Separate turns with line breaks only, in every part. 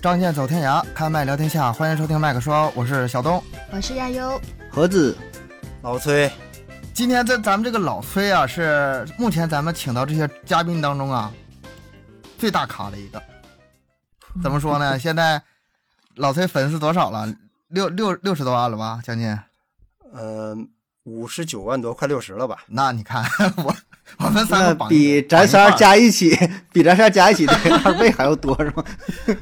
仗剑走天涯，开麦聊天下，欢迎收听麦克说，我是小东。
我是亚优，
盒子，
老崔，
今天在咱们这个老崔啊，是目前咱们请到这些嘉宾当中啊，最大咖的一 个。怎么说呢？现在老崔粉丝多少了？六六六十多万了吧，将近。
呃
嗯，五十九万多，快六十了吧？
那你看 我我们三
那
个榜
比咱仨加一起，比咱仨加一起的二倍还要多是吗？哎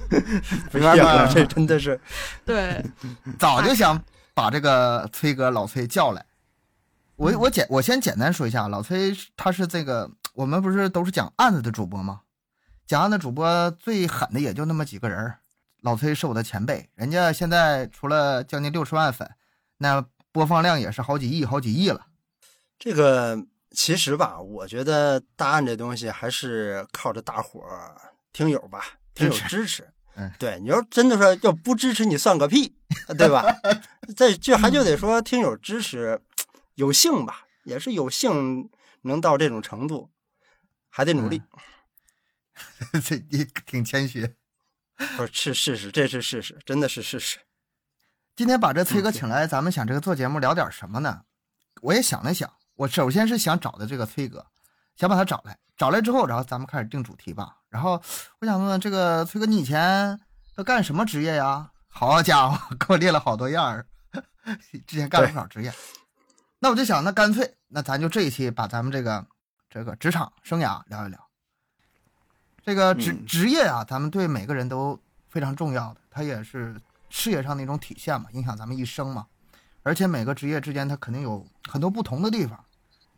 没 法
是
比
吧
了，这真的是
对，
早就想把这个崔哥老崔叫来。我我简我先简单说一下，老崔是他是这个我们不是都是讲案子的主播吗？讲案子主播最狠的也就那么几个人儿，老崔是我的前辈，人家现在除了将近六十万粉，那播放量也是好几亿、好几亿了。
这个。其实吧，我觉得答案这东西还是靠着大伙儿听友吧，听友
支持
支持。
嗯，
对，你要真的说要不支持你算个屁，对吧？这这还就
嗯
得说听友支持，有幸吧，也是有幸能到这种程度，还得努力。
嗯这你挺谦虚。
不是是事实，这是事实，真的是事实。
今天把这崔哥
嗯
请来，咱们想这个做节目聊点什么呢？我也想了想，我首先是想找的这个崔哥，想把他找来。找来之后，然后咱们开始定主题吧。然后我想问问这个崔哥，你以前都干什么职业呀？好家伙， 给我列了好多样儿，之前干了不少职业。那我就想，那干脆，那咱就这一期把咱们这个这个职场生涯聊一聊。这个职
嗯
职业啊，咱们对每个人都非常重要的，它也是事业上的一种体现嘛，影响咱们一生嘛。而且每个职业之间，它肯定有很多不同的地方，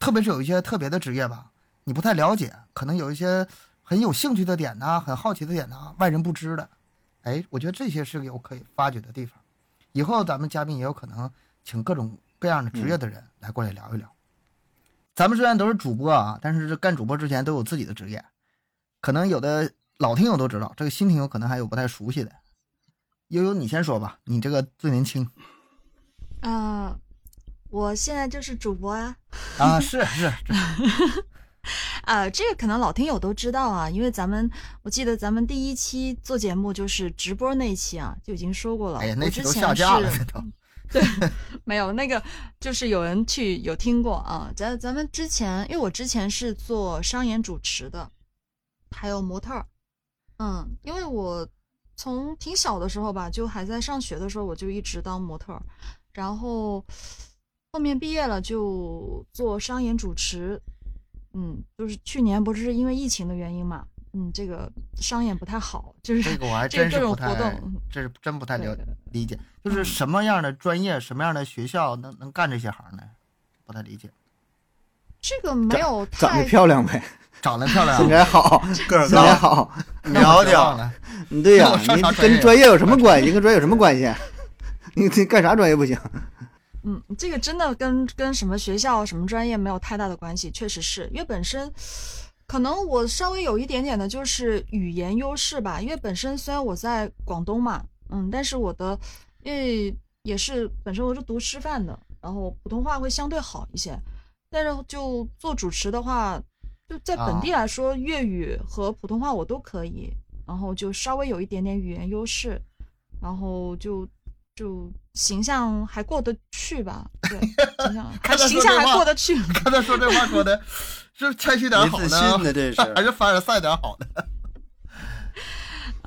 特别是有一些特别的职业吧，你不太了解，可能有一些很有兴趣的点呐、很好奇的点呐、外人不知的。哎，我觉得这些是有可以发掘的地方。以后咱们嘉宾也有可能请各种各样的职业
嗯
的人来过来聊一聊。咱们虽然都是主播啊，但是这干主播之前都有自己的职业，可能有的老听友都知道，这个新听友可能还有不太熟悉的。悠悠，你先说吧，你这个最年 轻
嗯、我现在就是主播啊，
啊，是是，这
啊，这个可能老听友都知道啊，因为咱们我记得咱们第一期做节目就是直播那一期啊，就已经说过了。
哎呀，
我
那期
之
都
前
下架了，
是嗯
这都。
没有那个，就是有人去有听过啊。咱咱们之前，因为我之前是做商演主持的，还有模特儿。嗯，因为我从挺小的时候吧，就还在上学的时候，我就一直当模特儿，然后后面毕业了就做商演主持。嗯，就是去年不是因为疫情的原因嘛，嗯，这个商演不太好，就是
这个我还
这
真是
各种
不
活
太
动，
这是真不太了
对嗯
理解，就是什么样的专业、什么样的学校能能干这些行呢？不太理解。
这个没有
长
太
得漂亮 呗，
长得漂亮
啊
身，材 好，
个儿
身材
高，
好，
苗
漂
条，
亮，
嗯对呀、
我上
你
啥专业
跟专业有什么关系？跟专业有什么关系？ 你你干啥专业不行？
嗯，这个真的跟跟什么学校、什么专业没有太大的关系，确实是因为本身，可能我稍微有一点点的就是语言优势吧，因为本身虽然我在广东嘛，嗯，但是我的因为也是本身我是读师范的，然后普通话会相对好一些，但是就做主持的话，就在本地来说，粤语和普通话我都可以，然后就稍微有一点点语言优势，然后就就形象还过得去吧，对，形象还
看他说
形象
这话
还过得去。
刚才说这话说的，是谦虚点好
没 自信
呢，
的这
还
是。
是凡尔赛点好呢？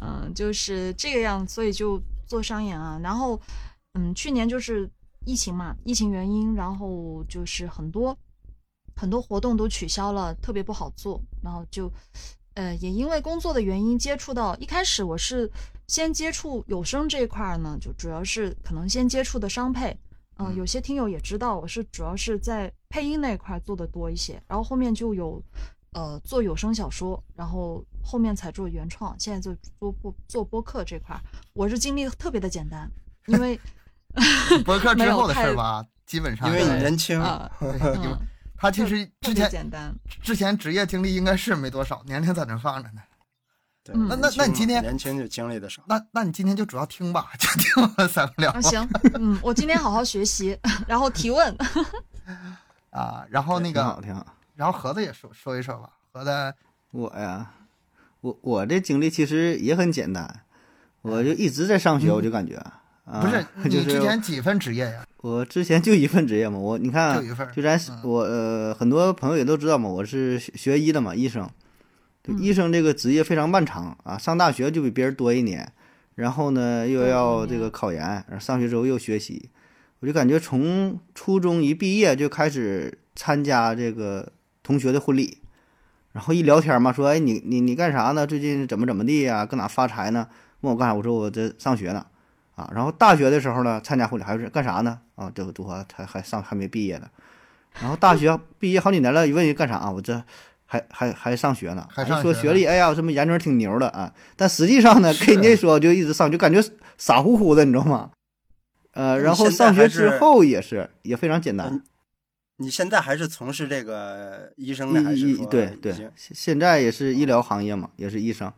嗯，就是这个样，所以就做商演啊。然后，嗯，去年就是疫情嘛，疫情原因，然后就是很多很多活动都取消了，特别不好做。然后就，呃，也因为工作的原因接触到，一开始我是先接触有声这一块儿呢，就主要是可能先接触的商配。嗯，
嗯
有些听友也知道，我是主要是在配音那一块儿做的多一些，然后后面就有呃做有声小说，然后后面才做原创，现在就做播做播客这块儿，我是经历特别的简单，因为
博客
没
之
有
后的事
太
儿吧，基本上
因为你年轻，
啊、
你们
嗯，
他其实
特
之
别
前
简单。
之前职业经历应该是没多少，年龄在那放着呢。
对
嗯
年
那那那你
轻
今
嘛
天
年轻就经历的少，
那那你今天就主要听吧，就听我们三个聊
啊，行，嗯，我今天好好学习，然后提问。
啊。然后那
挺
个
好，，啊挺好。
然后盒子也说说一说吧。盒子
我呀，我我这经历其实也很简单。我就一直在上学，我就感觉啊，
嗯不是
就
你
是
之前几份职业呀？
我之前就一份职业嘛，我你看啊
就一份儿
就咱
嗯
我呃很多朋友也都知道嘛，我是学学医的嘛，医生，
嗯
就医生这个职业非常漫长啊，上大学就比别人多一年，然后呢又要这个考研，然后上学之后又学习，我就感觉从初中一毕业就开始参加这个同学的婚礼，然后一聊天嘛，说哎你你你干啥呢？最近怎么怎么地呀、搁哪发财呢？问我干啥？我说我这上学呢。啊，然后大学的时候呢，参加婚礼还是干啥呢？啊，这都还还还上还没毕业呢。然后大学毕业好几年了，一问人干啥、啊，我这还还还上学呢，
还上
说
学呢
学历，哎呀，这么研究挺牛的啊。但实际上呢，跟人家说就一直上，就感觉傻乎乎的，你知道吗？呃，
你
然后
现在
上
还
学之
是
后也是也非常简单，
你现在还是从事这个医生的，还
医
是
医
说
对
已
对
经，
现现在也是医疗行业嘛，也是医生，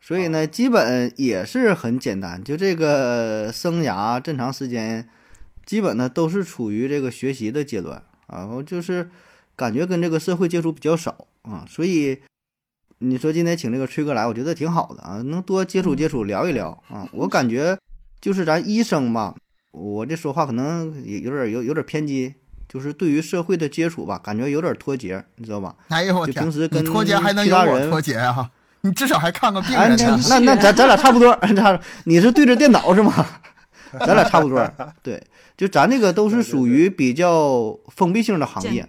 所以
哦
呢，基本也是很简单，就这个生涯正常时间，基本呢都是处于这个学习的阶段啊，我就是感觉跟这个社会接触比较少啊，所以你说今天请这个崔哥来，我觉得挺好的啊，能多
嗯
接触接触，聊一聊 啊，我感觉就是咱医生吧，我这说话可能也有点有有点偏激。就是对于社会的接触吧，感觉有点脱节，你知道吧？
哎呦我
就
天，
平时
你
跟
脱节还能
其
有
他
我
人
脱节啊？你至少还看过病
哎，
人
那
呢。
那那咱咱俩差不多， 咱你是对着电脑是吗？咱俩差不多，对，就咱这个都是属于比较封闭性的行业，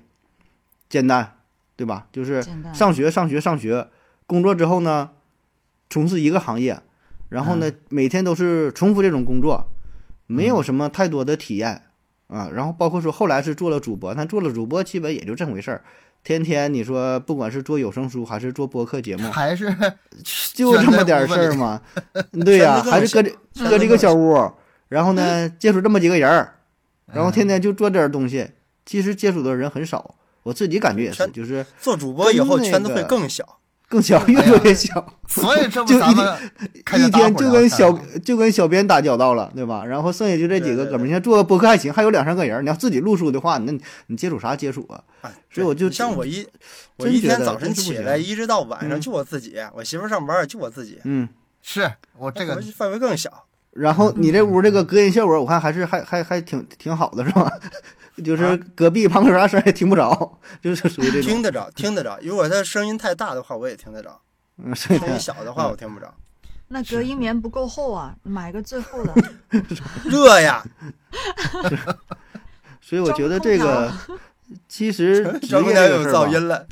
简单，对吧？就是
简
嗯
单
上学上学上学，工作之后呢，从事一个行业，然后
嗯
呢，每天都是重复这种工作，没有什么太多的体验
嗯
啊。然后包括说后来是做了主播，但做了主播基本也就这回事儿，天天你说不管是做有声书还是做播客 节目，
还 是
就这么点儿事儿嘛，对呀、还是搁这
全都这么想
搁这个小屋，然后
嗯
呢接触这么几个人儿，然后天天就做点儿东西，其实接触的人很少，我自己感觉也是，
全
就是
做主播以后
跟那
圈子会
个
更小，
更小，越做越小，
所以这不
就
咱
一
们开
一
个大
天
伙
就
聊
跟
天
小
吗
就跟小编打交道了，对吧？然后剩下就这几
对
个
对
哥们儿，像做播客还行，还有两三个人儿，你要自己录书的话，那你你接触啥接触啊？
哎，
所以我
对
就
你像我一我
真
一
觉
天
得
早
真
晨
是不
起
行
来一直到晚上
嗯
就我自己，我媳妇儿上班就我自己，
嗯。
是我这
那可
个
能范围更小，
然后你这屋这个隔音效果，我看还是还还还挺挺好的，是吧？ 就是隔壁旁边有啥声儿也听不着，就是属于这种
啊听得着听得着。如果她声音太大的话，我也听得着；
嗯，所以
声音小的话，我听不着。
那隔音棉不够厚啊，买个 最厚的。
热 呀，
所以我觉得这个其实职
张
业
空调
这
有
个事
噪
儿吧，
音了。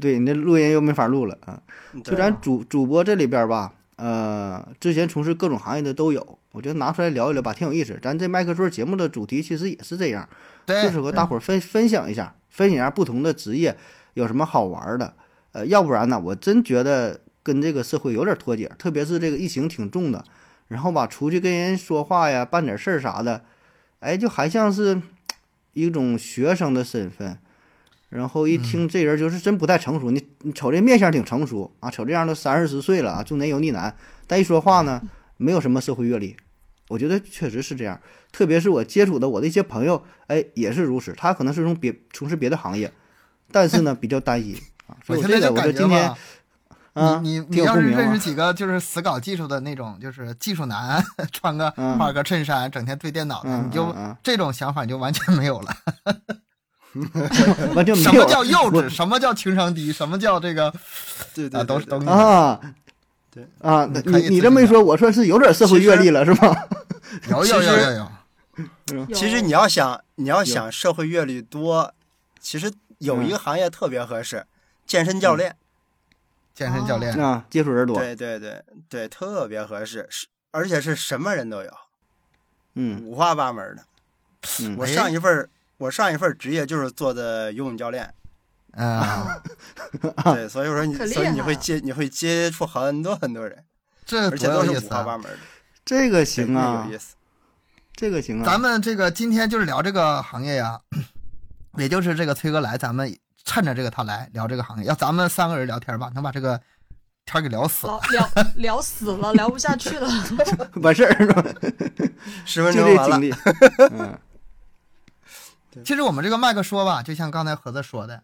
对你这录音又没法录了啊。就
对
咱主主播这里边吧，呃，之前从事各种行业的都有，我觉得拿出来聊一聊吧，挺有意思。咱这麦克说节目的主题其实也是这样，就
对
是和大伙儿分分享一下，分享一下不同的职业有什么好玩儿的。呃，要不然呢，我真觉得跟这个社会有点脱节，特别是这个疫情挺重的，然后吧，出去跟人说话呀，办点事儿啥的，哎，就还像是一种学生的身份。然后一听这人就是真不太成熟，你你瞅这面相挺成熟啊，瞅这样都三四十岁了啊，中年油腻男，但一说话呢，没有什么社会阅历。我觉得确实是这样，特别是我接触的我的一些朋友，哎，也是如此。他可能是从别从事别的行业，但是呢比较单一啊。所
我
以
现
这
在
个，
就
我说
感觉
今天
吧，
啊，
你你你
挺有
要
共
是
鸣
认识
啊。
几个就是死搞技术的那种，就是技术男， 穿个
嗯
画个衬衫，整天对电脑的，
嗯
你就
嗯嗯
这种想法你就完全没有了。
完全
什
没有
么叫幼
我
稚？什么叫情商低？什么叫这个
对对
啊？都
对
是都
对
是
啊
对
啊，
你
那
可以
你你
自
这么
己
一说，我算是有点社会
其
阅
实
历了，是吧？
有有
其
有
实
有有，
有
其实你要想，你要想社会阅历多，其实有
嗯
一个行业特别合适，健身教练。
健身教练
啊，接触人多，
对对对对，特别合适，是而且是什么人都有，
嗯
五花八门的。
嗯，
我
哎
上一份儿我上一份儿职业就是做的游泳教练，
嗯，
对，所以说你
可厉
所以你
害
会
了
接你会接触很多很多人，
这
而且
多有
都是
意
五
思
花
啊！
八门的，
这个
对
行
那
啊
有，意思。
这个行啊，
咱们这个今天就是聊这个行业呀， 也就是这个崔哥来，咱们趁着这个他来聊这个行业。要咱们三个人聊天吧，能把这个天儿给聊死。
老聊聊死了，聊不下去了。
完事儿是 吧？
十分
就
钟
这
完了
经，历，嗯，
其实我们这个麦克说吧，就像刚才盒子说的，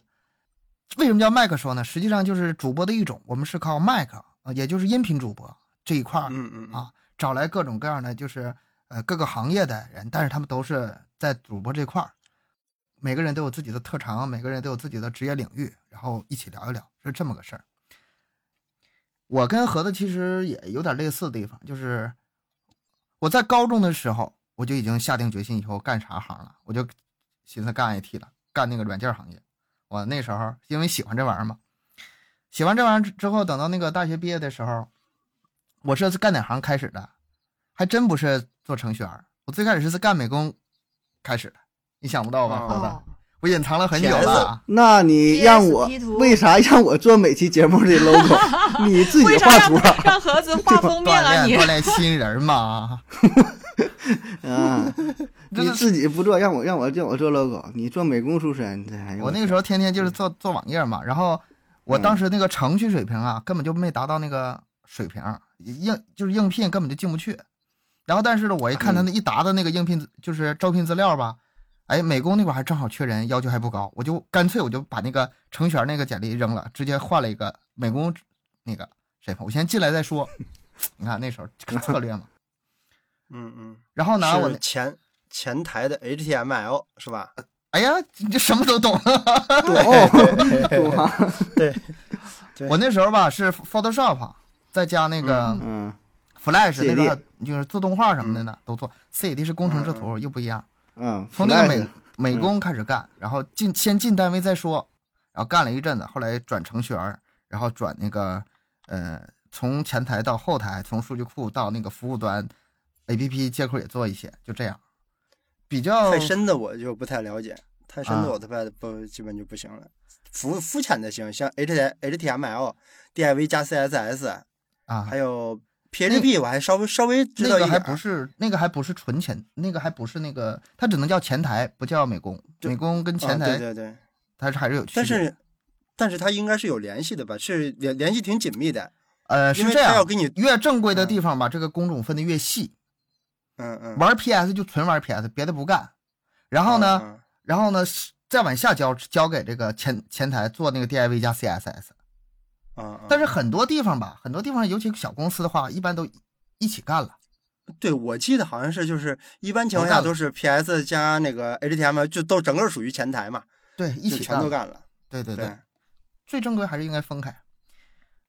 为什么叫麦克说呢？实际上就是主播的一种，我们是靠麦克，呃也就是音频主播。这一块儿
嗯嗯嗯
啊，找来各种各样的就是呃各个行业的人，但是他们都是在主播这块儿，每个人都有自己的特长，每个人都有自己的职业领域，然后一起聊一聊，是这么个事儿。我跟盒子其实也有点类似的地方，就是我在高中的时候我就已经下定决心以后干啥行了，我就寻思干 IT 了，干那个软件行业。我那时候因为喜欢这玩意儿嘛，喜欢这玩意儿之之后，等到那个大学毕业的时候，我是干哪行开始的？还真不是做程序员儿，我最开始是干美工开始的。你想不到吧，
哦
猴子？
哦，
我隐藏了很久了啊。
那你让我
PS P 图
为啥让我做每期节目 的 logo？你自己
为啥
画图啊
让让盒子画封面啊
锻
你
炼？锻炼新人嘛，
啊？
真
你
的
自己不做，让我让我让我做 logo，你做美工出身，这还
我那个时候天天就是做做网页嘛，然后我当时那个程序水平啊，根本就没达到那个水平，应就是应聘根本就进不去。然后但是呢，我一看他那一沓的那个应聘资就是招聘资料吧，哎，美工那块儿还正好缺人，要求还不高，我就干脆我就把那个程序员那个简历扔了，直接换了一个美工那个身份，我先进来再说。 你看那时候这个策略嘛，
嗯嗯，
然后拿我
是
那
前前台的 HTML 是吧？
哎呀，你这什么都懂。
懂懂
对
啊？
对
我那时候吧是 Photoshop，再加那个
嗯，
Flash，、
CAD
那个就是做动画什么的
嗯
呢，都做。CAD 是工程制图，又不一样。
嗯，
从那个
Flash
美
嗯
美工开始干，然后进先进单位再说，然后干了一阵子，后来转程序员，然后转那个呃，从前台到后台，从数据库到那个服务端，APP 接口也做一些，就这样。比较
太深的我就不太了解，太深
啊
的我特别不基本就不行了。肤肤浅的行，像 H T H T M L、D I V 加 C S S，
啊
还，有 P H P，我还稍微稍微知
那
道一
个
点
还
儿。
不是那个还不是纯前，那个还不是那个，它只能叫前台，不叫美工。
就
美工跟前
啊
台
对对对，
它是还是有区别。
但是但是它应该是有联系的吧？是联联系挺紧密的。
呃，
因
是
为
这
他要
样，
给你，
越正规的地方吧，这个工种分的越细。
嗯嗯，
玩 PS 就纯玩 PS，别的不干。然后呢，
嗯？
然后呢，是再往下交交给这个前前台做那个 DIV 加 CSS。
嗯嗯，
但是很多地方吧，很多地方尤其小公司的话，一般都一起干了。
对我记得好像是就是一般情况
都干
下
了
都是 PS 加那个 HTML 就都整个属于前台嘛，
对，一
就
起
全
干
都
了。
干了。
对对对
对，，
最正规还是应该分开。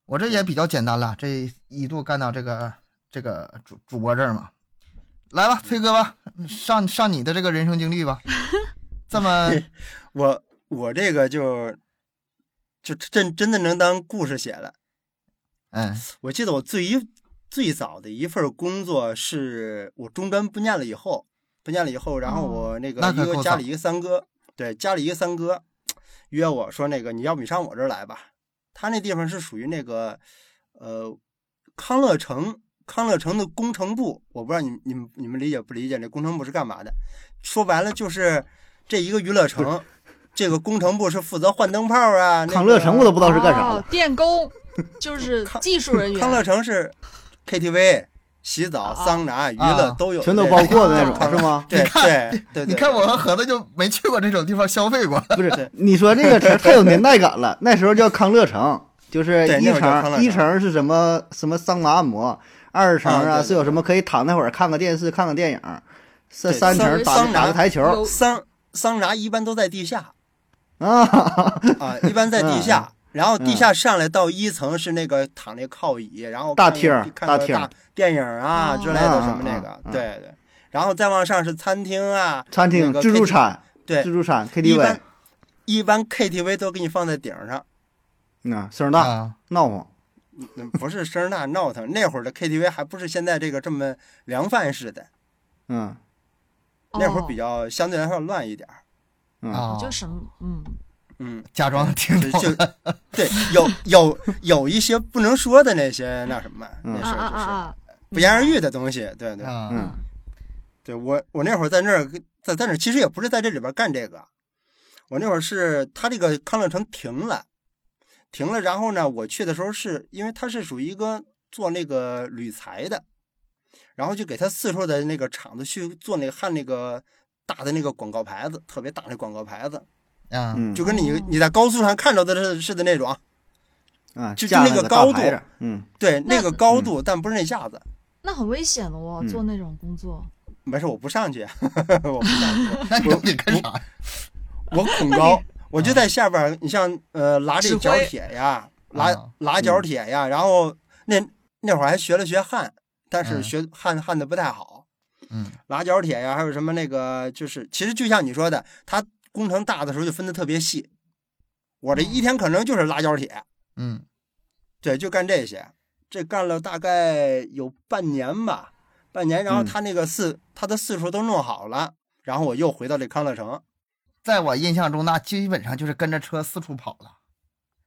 我这也比较简单了，这一度干到这个这个主主播这儿嘛。来吧，崔哥吧，上上你的这个人生经历吧。这么
我我这个就就真真的能当故事写了。
嗯
我记得我最一最早的一份工作是我中专不念了以后，不念了以后，然后我那个
那可
一
够
个家
早
里一个三哥，对，家里一个三哥约我说那个你要不你上我这儿来吧，他那地方是属于那个呃康乐城。康乐城的工程部，我不知道你们你们你们理解不理解？这工程部是干嘛的？说白了就是这一个娱乐城，这个工程部是负责换灯泡啊。那
康乐城我
个
都不知道是干啥
哦
的。
电工 就是
康
技术人员。
康乐城是 KTV、洗澡、
啊
桑拿、娱乐
啊
都有，
全都包括的 那
康
种是吗？
对对对，
你
对
看我和盒子就没去过这种地方消费过。
不
对
是，你说这个词儿太有年代感了。那时候叫康乐城，就是
对
一
那会儿叫康乐
层
城
一层是什么什么桑拿按摩，二层
啊对
啊
对
是有什么可以躺那会儿看个电视、看个电影，三
对
三
桑
层打个
桑拿
打个台球
有
桑桑拿一般都在 地下
啊，
啊，一般在地
嗯
下。然后地下上来到一层是那个躺那靠椅，然后
大
看个
厅儿
看个
大厅儿
大电影啊
嗯
哦
之类的什么那
啊
个
啊啊，
对对。然后再往上是餐厅啊，
餐厅
那个
自
KTV
助餐、自
对，
助餐
一
KTV
般一般 KTV 都给你放在顶上，
啊，声儿大
啊，
闹哄，
嗯不是声儿大闹腾。那会儿的 KTV 还不是现在这个这么凉饭似的，
嗯
哦
那会儿比
较
较相对来说乱一点儿。
嗯，
啊，
哦就什么嗯，
嗯，
假装听
就
懂
就对，有有有一些不能说的那些那什么，那
嗯
事
啊
儿
啊
就
啊
是
啊，
不言而喻的东西。对对
啊，
嗯
对，我我那会儿在那儿在在那儿，其实也不是在这里边干这个，我那会儿是他这个康乐城停了，停了，然后呢，我去的时候是因为他是属于一个做那个铝材的，然后就给他四处的那个厂子去做那个焊那个大的那个广告牌子，特别大的广告牌子，
啊，
嗯，
就跟你
哦
你在高速上看着的是是的那种，
啊，
就
架
就那个
个
高
大牌
度
子，嗯，
对，
那
那个高度，但不是那架子。
那很危险的哦，
嗯
做那种工作。
没事，我不上去， 我不上去，
那你到底干啥呀？
我恐高，我就在下边儿。你像呃，拉这
指
个
挥
角铁呀，
啊
拉拉角铁呀，然后那那会儿还学了学焊，但是
嗯
学焊焊的不太好。
嗯
拉角铁呀，还有什么那个，就是其实就像你说的，它工程大的时候就分的特别细。我这一天可能就是拉角铁，
嗯
对，就干这些。这干了大概有半年吧，半年，然后
嗯
他那个四，他的四处都弄好了，然后我又回到这康乐城。
在我印象中，那基本上就是跟着车四处跑了，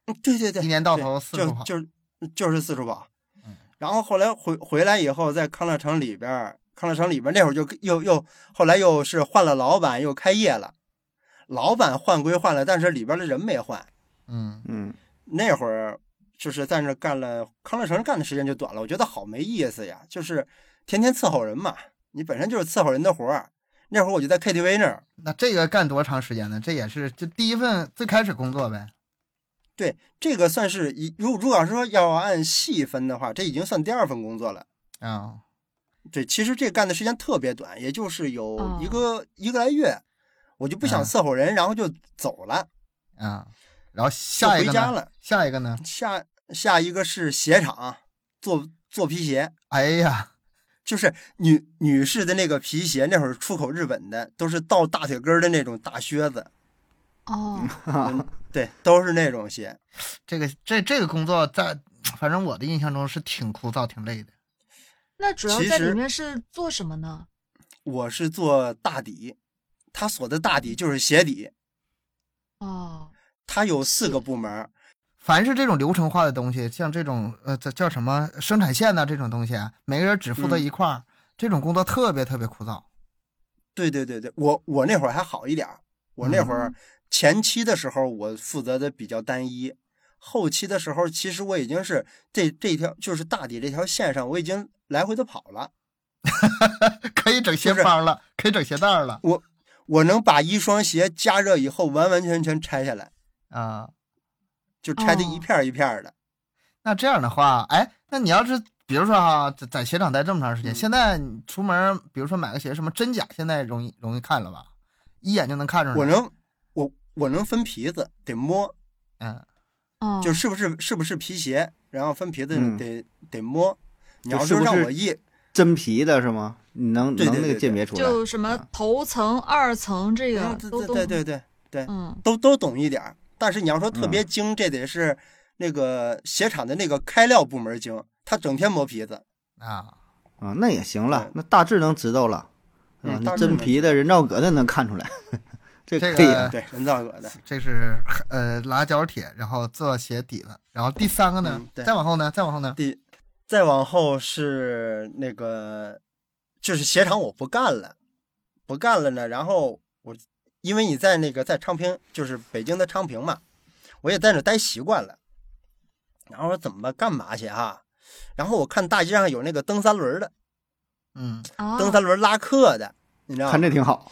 嗯对对对
一，年到头四处跑。
就就是就是四处跑
嗯。
然后后来回回来以后，在康乐城里边儿，康乐城里边儿那会儿就又又后来又是换了老板，又开业了。老板换归换了，但是里边儿的人没换。
嗯
嗯
那会儿就是在那干了康乐城干的时间就短了，我觉得好没意思呀，就是天天伺候人嘛，你本身就是伺候人的活儿。那会儿我就在 KTV 那儿，
那这个干多长时间呢？这也是就第一份最开始工作呗。
对这个算是一，如如果要是说要按细分的话，这已经算第二份工作了。
啊、
对，其实这干的时间特别短，也就是有一
哦
个、一个来月，我就不想
嗯
伺候人，然后就走了，
啊、然后
就
下一
回
个
家
呢？
了。
下一个呢？
下下一个是鞋厂，做做皮鞋，
哎呀，
就是女女士的那个皮鞋，那会儿出口日本的，都是到大腿根儿的那种大靴子，
哦，
嗯对，都是那种鞋。
这个这这个工作在，反正我的印象中是挺枯燥、挺累的。
那主要
其
在
实
里面是做什么呢？
我是做大底，他所的大底就是鞋底，
哦，
它有四
是
个部门儿，
凡是这种流程化的东西，像这种呃，这叫什么生产线呐、这种东西，啊每个人只负责
嗯
一块儿，这种工作特别特别枯燥。
对对对对，我我那会儿还好一点儿，我那会儿前期的时候我负责的比较单一，后期的时候其实我已经是这这条就是大底这条线上我已经来回的跑了，
可以整鞋
不是
帮了，可以整鞋带儿了
我能把一双鞋加热以后完完全全拆下来，
啊、
就拆的
哦
一片儿一片儿的。
那这样的话，哎，那你要是比如说哈，在在鞋厂待这么长时间，
嗯
现在你出门，比如说买个鞋，什么真假，现在容易容易看了吧？一眼就能看出来。
嗯
我能我我能分皮子，得摸，
嗯，
哦，
就。是不是是不是皮鞋，然后分皮子
嗯
得、得摸。你
就
要
是不
让
是
我一
真皮的是吗？你能
对对
能那
对
个
对
鉴别出来？
就什么头层、二层这个
嗯对
啊都
对
都
对对对。
嗯
都都懂一点儿，但是你要说特
嗯
别精，这得是那个鞋厂的那个开料部门精，他整天磨皮子。
啊，
啊，那也行了
对，
那大致能知道了。
嗯
啊，
大
那
致能
真皮的人造革的能看 出来，这
这
可以啊
个。
对，人造革的。
这是呃拉胶铁，然后做鞋底子，然后第三个呢，
嗯对
再往后呢，再往后呢，
再往后是那个，就是鞋厂我不干了，不干了呢。然后我因为你在那个在昌平，就是北京的昌平嘛，我也在那待习惯了。然后我说怎么干嘛去啊？然后我看大街上有那个蹬三轮的，
嗯，
啊，
蹬三轮拉客的，你知道吗
看？这挺好，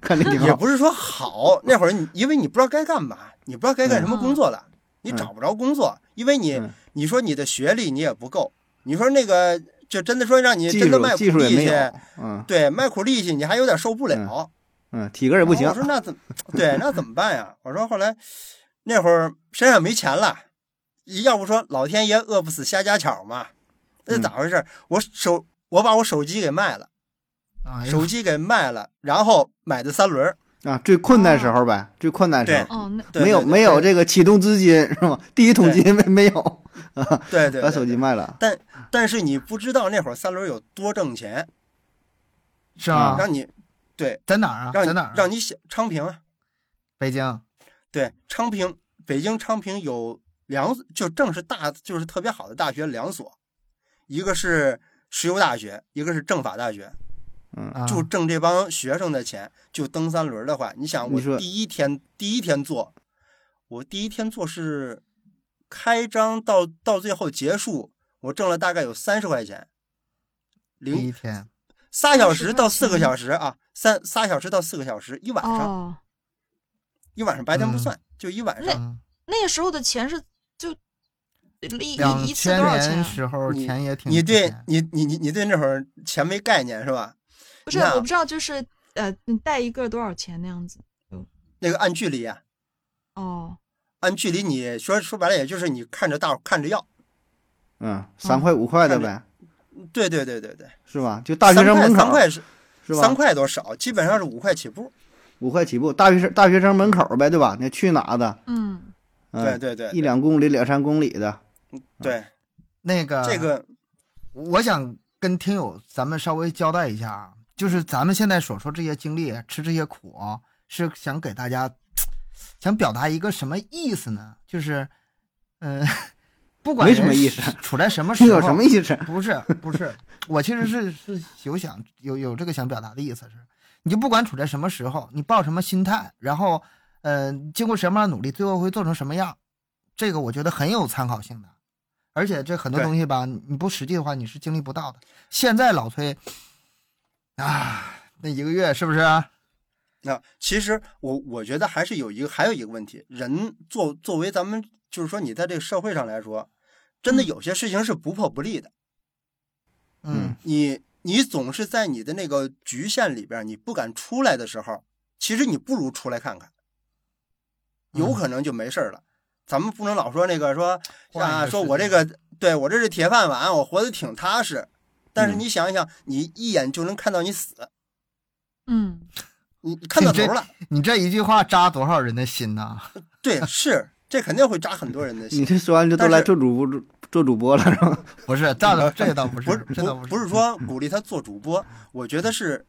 看这挺
也
好。
不是说好，那会儿你因为你不知道该干嘛，你不知道该干什么工作了，你找不着工作，因为你、
嗯
你说你的学历你也不够，你说那个就真的说让你
技
真的卖
术技
苦
术也
力
没有
去，，
嗯
对，卖苦力去你还有点受不了。
嗯，体格也不行
然后我说那怎么 对那怎么办呀？我说后来那会儿身上没钱了，要不说老天爷饿不死瞎家巧嘛，那
嗯
咋回事？我手我把我手机给卖了，
哎
啊，
手机给卖了，然后买的三轮儿，
啊，最困难时候呗，最困难时候
哦，那
对
没有
对对
没有这个启动资金是吧？第一桶金没没有，
对对，
把
对
手机卖了。
但是你不知道那会儿三轮有多挣钱，
是吗？
嗯让你对
在哪啊儿啊？
让
在
你
哪儿啊？
让你想昌平啊，
北京。
对昌平，北京昌平有两就正是大就是特别好的大学两所，一个是石油大学，一个是政法大学，
啊、
就挣这帮学生的钱。就蹬三轮的话，你想
你说
我第一天第一天做，我第一天做是开张到到最后结束，我挣了大概有三十块钱，
第
零
一天，
仨小时到
30
四个小时啊，三仨小时到四个小时一晚上，
哦，
一晚上白天
嗯
不算，就一晚上。
嗯，
那个时候的钱是就一
两
一一次
千
多少钱
年
啊？
时候
你
钱也挺
你
值
对
钱
你你你你对那会儿钱没概念是吧？
不是，
那
我不知道，就是呃，你带一个多少钱那样子？
那个按距离啊，
哦，
按距离你说说白了，也就是你看着大伙看着要。
嗯，三块五块的呗，
对对对对对，
是吧？就大学
三
生
块
门口
三块是
是
三
吧？
块多少？基本上是五块起步。
五块起步，大学生大学生门口呗，对吧？你去哪的？
嗯，
嗯，
对对对，
一两公里、两三公里的，
对
那个
这个
我想跟听友咱们稍微交代一下，啊，就是咱们现在所说这些经历、吃这些苦啊，是想给大家想表达一个什么意思呢？就是，嗯、 不管
没什么
人
意思
处在什么时
这
候，
有什么意思？
不是不是，我其实是是有想有有这个想表达的意思是，你就不管处在什么时候，你抱什么心态，然后，呃，经过什么样的努力，最后会做成什么样，这个我觉得很有参考性的。而且这很多
对
东西吧，你你不实际的话，你是经历不到的。现在老崔，啊，那一个月是不是啊？
那、其实我我觉得还是有一个还有一个问题，人作作为咱们就是说你在这个社会上来说，真的有些事情是不破不立的。
嗯，
你你总是在你的那个局限里边儿，你不敢出来的时候，其实你不如出来看看，有
嗯
可能就没事儿了。咱们不能老说那个说
换一
啊，
个
说
视
我这
角
个对我这是铁饭碗，我活得挺踏实。但是
嗯
你想一想，你一眼就能看到你死，
嗯，
你你看到
你这
头了。
你这一句话扎多少人的心呐、
对，是这肯定会扎很多人的
你
心。
这说完就都
但是
来做主播做主播了 是吧？
不是，这倒这倒不
不是
是，这倒
不
是，
不是说鼓励他做主播，我觉得是，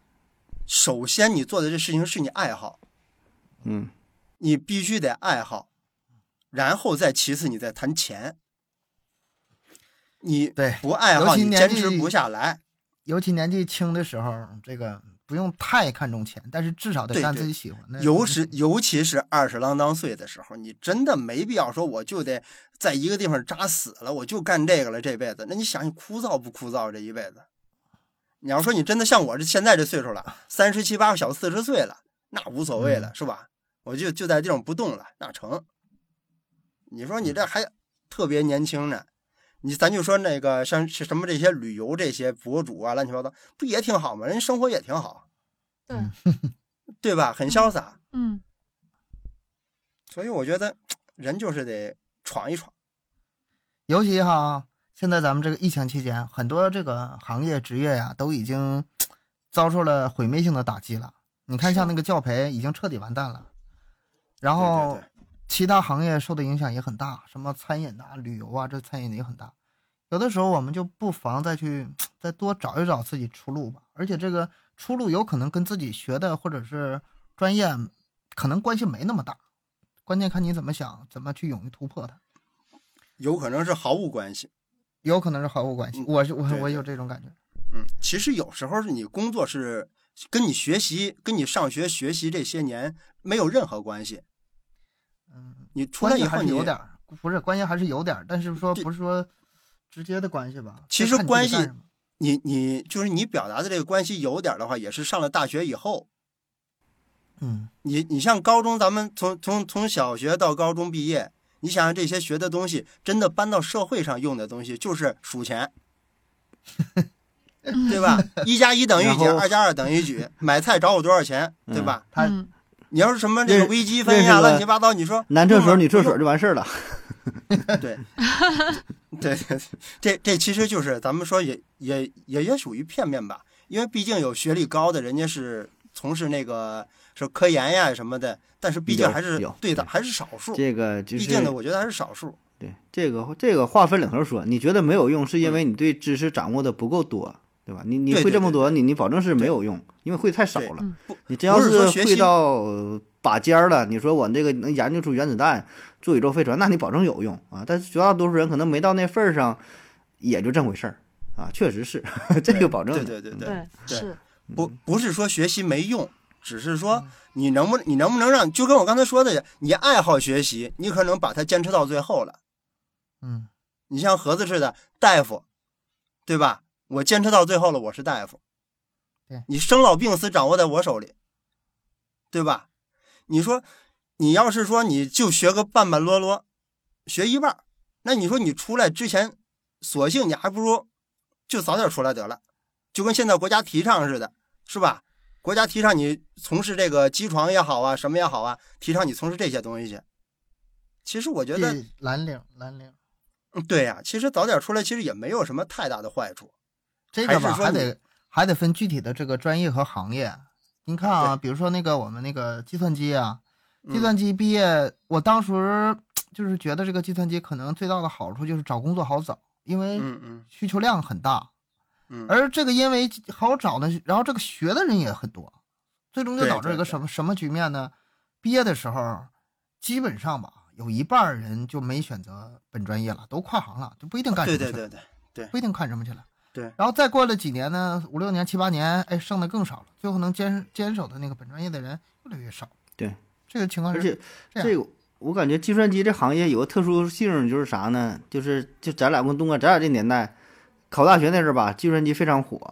首先你做的这事情是你爱好，
嗯，
你必须得爱好，然后再其次你再谈钱。你
对
不爱好，
尤其
你
年
坚
纪
持不下来。
尤其年纪轻的时候，这个不用太看重钱，但是至少得
对
干
对
自己喜欢的。
尤是尤其是二十郎当岁的时候，你真的没必要说我就得在一个地方扎死了，我就干这个了这辈子。那你想，你枯燥不枯燥这一辈子？你要说你真的像我这现在这岁数了，三十七八小四十岁了，那无所谓了，是吧？我就就在地上不动了，那成。你说你这还特别年轻呢，你咱就说那个像是什么这些旅游这些博主啊，乱七八糟，不也挺好吗？人生活也挺好，
对，
对吧？很潇洒。
嗯，
所以我觉得人就是得闯一闯。
尤其哈，现在咱们这个疫情期间，很多这个行业职业呀、都已经遭受了毁灭性的打击了。你看，
是
像那个教培已经彻底完蛋了，然
对
后
对
其他行业受的影响也很大，什么餐饮啊、旅游啊，这餐饮也很大。有的时候我们就不妨再去再多找一找自己出路吧，而且这个出路有可能跟自己学的或者是专业可能关系没那么大，关键看你怎么想，怎么去勇于突破它。
有可能是毫无关系。
有可能是毫无关系
嗯。
我是我
对
我
对
有这种感觉。
嗯，其实有时候是你工作是跟你学习、跟你上学学习这些年没有任何关系。
嗯，
你出来
关
以
系还
后
是
你，
有点儿，不是关系还是有点儿，但是说
对
不是说直接的关系吧？
其
就
实
看你自己
关系
干什么
你你就是你表达的这个关系有点的话，也是上了大学以后。
嗯，
你你像高中，咱们从从从小学到高中毕业，你想想这些学的东西，真的搬到社会上用的东西，就是数钱，对吧？一加一等于
然
几？
后
二加二等于几？买菜找我多少钱，对吧？
他
嗯
你要是什么这个
认
微积分
认
呀，
识了
乱七八糟，你说
男厕
不
所
用
女厕所
不
就完事儿了。
用 对对对，这这其实就是咱们说也也也也属于片面吧，因为毕竟有学历高的人家是从事那个说科研呀什么的，但是毕竟
有
还是
有
对的
对
还是少数。
这个就
毕
是
竟呢，我觉得还是少数。
对这个这个话分两头说，你觉得没有用，是因为你对知识掌握的不够多，对吧？你你
嗯对
会
对
这么
对
多，你你保证是没有用，因为会太少
对
了
嗯
不。
你真要
不是说学
会
习
到呃把尖儿了，你说我这个能研究出原子弹、做宇宙飞船，那你保证有用啊。但是绝大多数人可能没到那份儿上，也就这回事儿啊，确实是 这个保证
对
的。嗯
对对对，
对，
对
是，
不不是说学习没用，只是说你能不你能不能让，就跟我刚才说的，你爱好学习，你可能把它坚持到最后了。
嗯，
你像盒子似的大夫，对吧？我坚持到最后了，我是大夫。
对
你生老病死掌握在我手里，对吧？你说，你要是说你就学个半半落落，学一半儿，那你说你出来之前，索性你还不如就早点出来得了，就跟现在国家提倡似的，是吧？国家提倡你从事这个机床也好啊，什么也好啊，提倡你从事这些东西去。其实我觉得，
这蓝领蓝领
嗯对呀、其实早点出来其实也没有什么太大的坏处。
这个
还
吧，
是说
还
你
得还得分具体的这个专业和行业。你看啊，比如说那个我们那个计算机啊，
嗯
计算机毕业，我当时就是觉得这个计算机可能最大的好处就是找工作好找，因为
嗯嗯
需求量很大，
嗯，
而这个因为好找呢，然后这个学的人也很多，最终就
对
导致
对
一个
对
什么什么局面呢？毕业的时候，基本上吧，有一半儿人就没选择本专业了，都跨行了，就不一
哦
定干什
对
么
对
去了
对对，
不一定看什么去了。
对
然后再过了几年呢，五六年、七八年，哎，剩的更少了。最后能坚坚守的那个本专业的人越来越少。
对，
这个情况
而
是，
且
这样
这个我感觉计算机这行业有个特殊性，就是啥呢？就是就咱俩跟东哥，咱俩这年代考大学那阵儿吧，计算机非常火，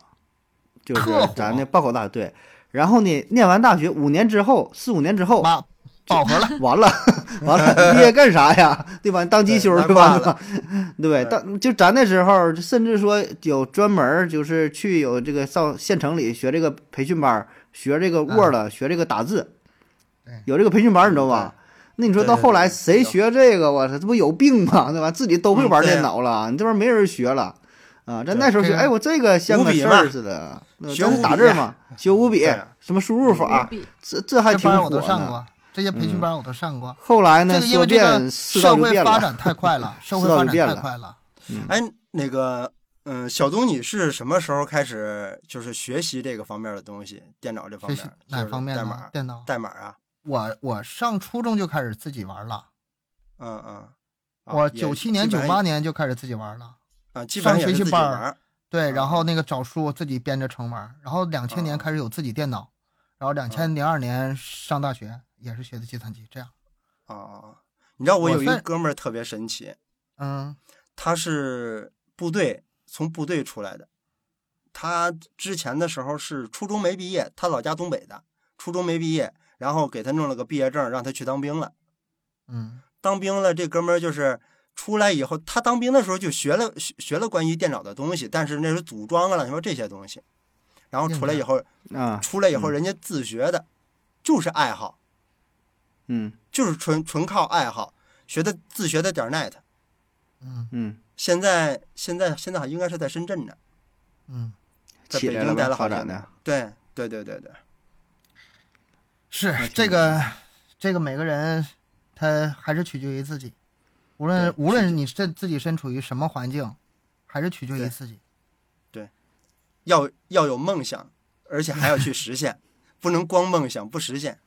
就是
特火
咱那报考大对。然后呢，念完大学五年之后，四五年之后，
妈饱 和了，
完了完了，毕业干啥呀？ 对吧？当机修
对
儿
那
对吧？
挂
对吧
对
对，当就咱那时候，甚至说有专门儿就是去有这个上县城里学这个培训班儿，学这个
嗯
Word，、学这个打字
对，
有这个培训班儿，你知道吧？那你说
哎对
到
对
后来
对
谁
有
学这个？我操，这不有病吗？对吧？自己都会
嗯
玩
对
电
呀
脑了，你这边没人学了啊！咱
对
那时候
这
学，
个
哎，我这个像
五
个
笔
事
嘛
儿似的，呃
学
咱
五
是打
笔
字嘛，学五笔
对嗯呀，
什么输入法，
比
这这还
这
挺
班儿
火
我都上
的。嗯
过，这些培训班儿我都上过。
后来
这
呢，
个因为
说
这个
变世道
社
就
会
变
发
了。
展太快 了，社
世
会
道
发
就变
展太快
了
了。
哎，那个，嗯，小东，你是什么时候开始就是学习这个方面的东西？电脑这方
这是，
面就
哪
是
方面
代
呢
码？，
电脑。
代码啊，
我我上初中就开始自己玩了，
嗯嗯。啊
我
也
九七年、
基
九
本
八
上
年就开始自己玩了。
啊，基本上也
上
是
学
自
习
己
班儿
玩儿。
对，然
啊
后那个找书自己编着成玩儿，然后两千年开始有自己电脑，然
啊
后两千零二年上大学也是学的计算机，这样，
啊啊啊！你知道我
我
有一
算
哥们儿特别神奇，
嗯，
他是部队从部队出来的，他之前的时候是初中没毕业，他老家东北的，初中没毕业，然后给他弄了个毕业证，让他去当兵了。
嗯，
当兵了，这哥们儿就是出来以后，他当兵的时候就学了学学了关于电脑的东西，但是那是组装啊，乱七八糟这些东西。然后出来以后，
啊，
出来以后
嗯
人家自学的，就是爱好，
嗯
就是纯纯靠爱好学的自学的点儿 net。
嗯，
现在现在现在应该是在深圳呢，
嗯，
在
起
北
来了
京待
呗，
了好
发
几
展
年
的。
对对对对对，
是
挺
这个，这个每个人他还是取决于自己，无论
对
无论你身自己身处于什么环境，还是取决于
对
自己，
要要有梦想，而且还要去实现，不能光梦想不实现。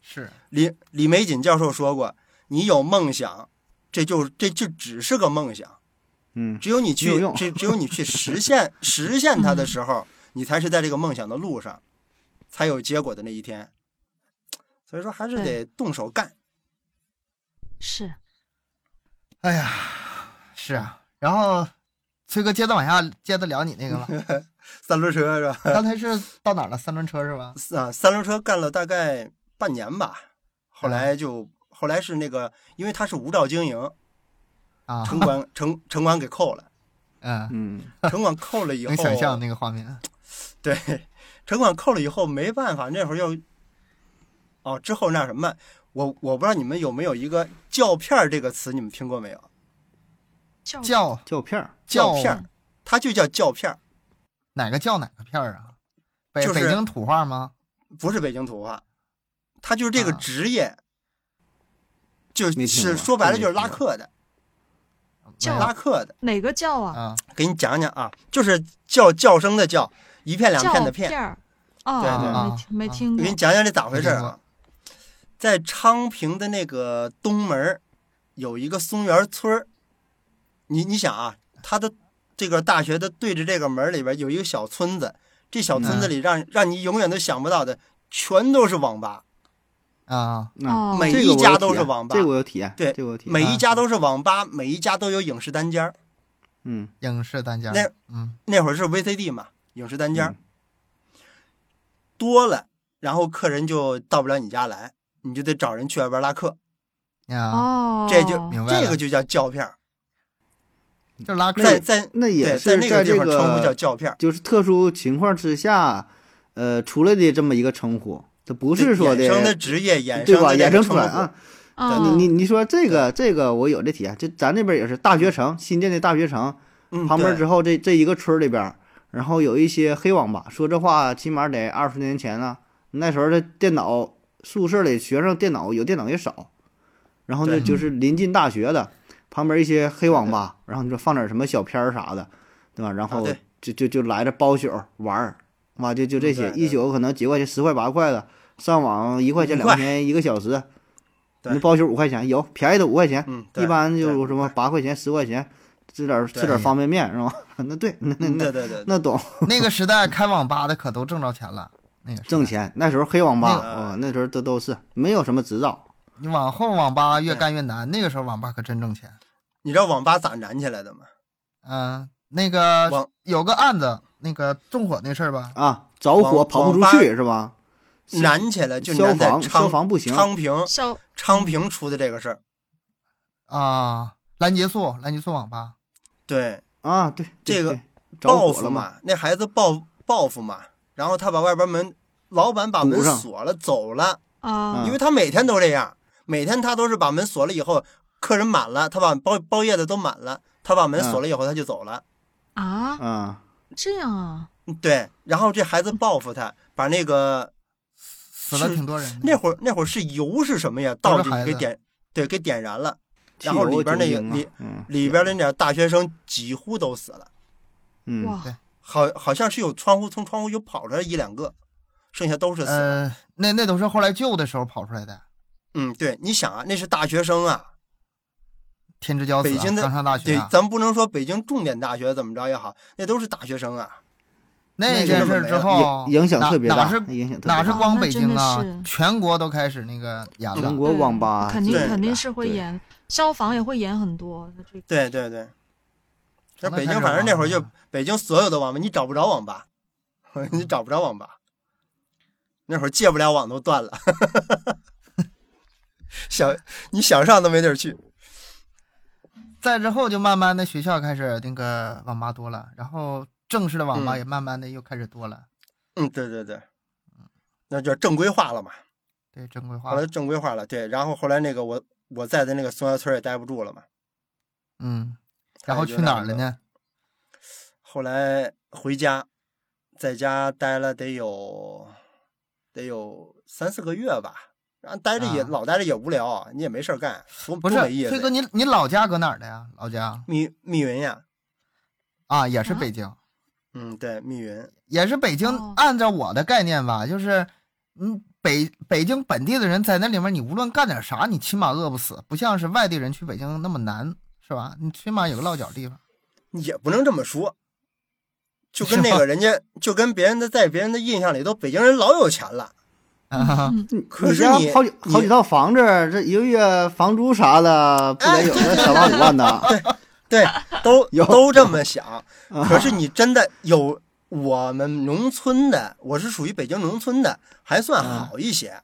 是，
李李玫瑾教授说过，你有梦想，这就这就只是个梦想，
嗯，
只有你
没有
去
用
只只有你去实现实现它的时候，你才是在这个梦想的路上，才有结果的那一天。所以说，还是得动手干。
是
哎呀，是啊，然后崔哥接着往下接着聊你那个 吧，
三轮车是吧？
刚才是到哪儿了？三轮车是吧？
啊，三轮车干了大概半年吧，后来就后来是那个，因为他是无照经营，
啊，
城管城城管给 扣了，
嗯，
嗯
城管扣了以后，
能想象那个画面，
对，城管扣了以后没办法，那会儿又，哦，之后那什么，我我不知道你们有没有一个“胶片儿”这个词，你们听过没有？
叫
叫
胶片儿，
叫
片儿，它就叫胶片儿，
哪个叫哪个片儿啊？北、
就是
北京土话吗？
不是北京土话，它就是这个
啊
职业，就
没听
是
过
说白了
真没
就是拉
听
客的，
叫
拉客的。
哪个叫啊？
啊，
给你讲讲啊，就是叫叫声的叫，一片两
叫
片的
片
片。
儿。
对对
哦，没听没
啊
听
我
过
给你。讲讲这咋回事儿
没听
啊
过？
在昌平的那个东门儿有一个松园村儿，你你想啊，他的这个大学的对着这个门儿里边有一个小村子，这小村
嗯
子里让、让你永远都想不到的，全都是网吧，
啊，
那
哦，
每
这个
一
我
家
有
都
体
是
验
网吧
这个我有体验，
对
这个我有体
嗯
验，
每一家都是网吧，每一家都有影视单间儿。
嗯，
影视单间
那
儿，嗯，
那会儿是 VCD 嘛，影视单间儿、
嗯
多了，然后客人就到不了你家来，你就得找人去外边拉客，
啊，
哦，
这就
明白了
这个就叫胶片儿。
就拉客
在在
那也
对
是
在那个
在
地
这
方称呼叫
个
教片儿，
就是特殊情况之下，呃，出来的这么一个称呼，它不
不
是说
衍生的
的
职业，衍
对
生
吧？
的这
衍
个
生出
称
来
呼
啊，你
嗯，
你你说这个这个我有这体验，就咱这边也是大学城，新建的大学城
嗯，
旁边
对
之后这这一个村儿里边儿，然后有一些黑网吧，说这话起码得二十年前了、那时候这电脑宿舍里学生电脑有电脑也少，然后呢
对
就是临近大学的旁边一些黑网吧，然后你说放点什么小片儿啥的，对吧？然后
啊对
就就就来这包宿玩儿，哇就就这
嗯
些
对，对
一宿可能几块钱、十块八块的，上网一块钱
五
两
块
块钱一个小时。
对
你包宿五块钱，有便宜的五块钱，
嗯，对
一般
对
就什么八块钱、十块钱，吃点吃点方便面是吧？ 那对，那那
嗯
那
对对对，
那懂
那个时代开网吧的可都挣着钱了，那个时代
挣。钱。那时候黑网吧
那
啊，那时候都都是没有什么执照，
你往后网吧越干越难，那个时候网吧可真挣钱。
你知道网吧咋燃起来的吗？
嗯、那个
网
有个案子，那个纵火那事儿吧，
啊，着火
网
跑不出
网吧
去是吧？是
燃起来就
消
燃在
防消
昌
防不行，
昌平
小
昌平出的这个事儿，
啊，拦截素，拦截素网吧，
对，
啊，对，对
这个
对
报
着火
复
了嘛，
嘛，那孩子报报复嘛，然后他把外边门，老板把门
堵上
锁了走了，
啊
嗯
因为他每天都这样，每天他都是把门锁了以后，客人满了，他把包包夜的都满了，他把门锁了以后他就走了，
啊，
啊，
这样啊，
对，然后这孩子报复他，把那个
死了挺多人的。
那会儿那会儿是油是什么呀，倒
都是孩
进
子
去给点，对，给点燃了，
汽
然后
油
里边那
酒
个
精啊
里
嗯
里边那点大学生几乎都死了，
嗯
哇
对，
好好像是有窗户从窗户有跑出来一两个，剩下都是死了。
呃，那那都是后来救的时候跑出来的。
嗯，对，你想啊，那是大学生啊，
天之骄子、
北京
啊，
的
刚上大学
对
啊、，
咱不能说北京重点大学怎么着也好，那都是大学生啊。
那件事儿之
哦
后，
影影响特别
哪
大
哪，是
影响特别
哪是
大。
光北京啊
哦那真的是，
全国都开始那个严
全
了。
国
对
网吧
肯定
这个
肯定是会
对
严，消防也会严很多。这个
对对对，那
那
北
开
京
始
反正那会儿
网吧
就北京所有的网吧，你找不着网吧， 你找不着网吧。那会儿借不了网都断了， 想你想上都没地儿去。
再之后就慢慢的学校开始那个网吧多了，然后正式的网吧
嗯
也慢慢的又开始多了，
嗯，对对对，那就正规化了嘛。
对，正规化
后
了
来正规化了，对，然后后来那个我我在的那个松家村也待不住了嘛，
嗯，然后去哪儿了呢？
后来回家，在家待了得有得有三四个月吧，然后待着也、
啊
老待着也无聊啊，你也没事儿干，多
不
多
是
没意
崔哥，
思呀。
你你老家搁哪儿的呀？老家
密密云呀，
啊，也是
啊
北京，
嗯，对，密云，
也是北京
哦。
按照我的概念吧，就是嗯，北北京本地的人在那里面，你无论干点啥，你起码饿不死，不像是外地人去北京那么难，是吧？你起码有个落脚地方。
也不能这么说，就跟
是
那
吗
个人家，就跟别人的在别人的印象里头，北京人老有钱了，
啊，
可
你
是
家
你
好几好几
你
套房子，这一个月房租啥的，不
哎
得有个三万五万的？
对，都
有啊
都这么想。可是你真的有我们农村的，我是属于北京农村的，还算
啊
好一些，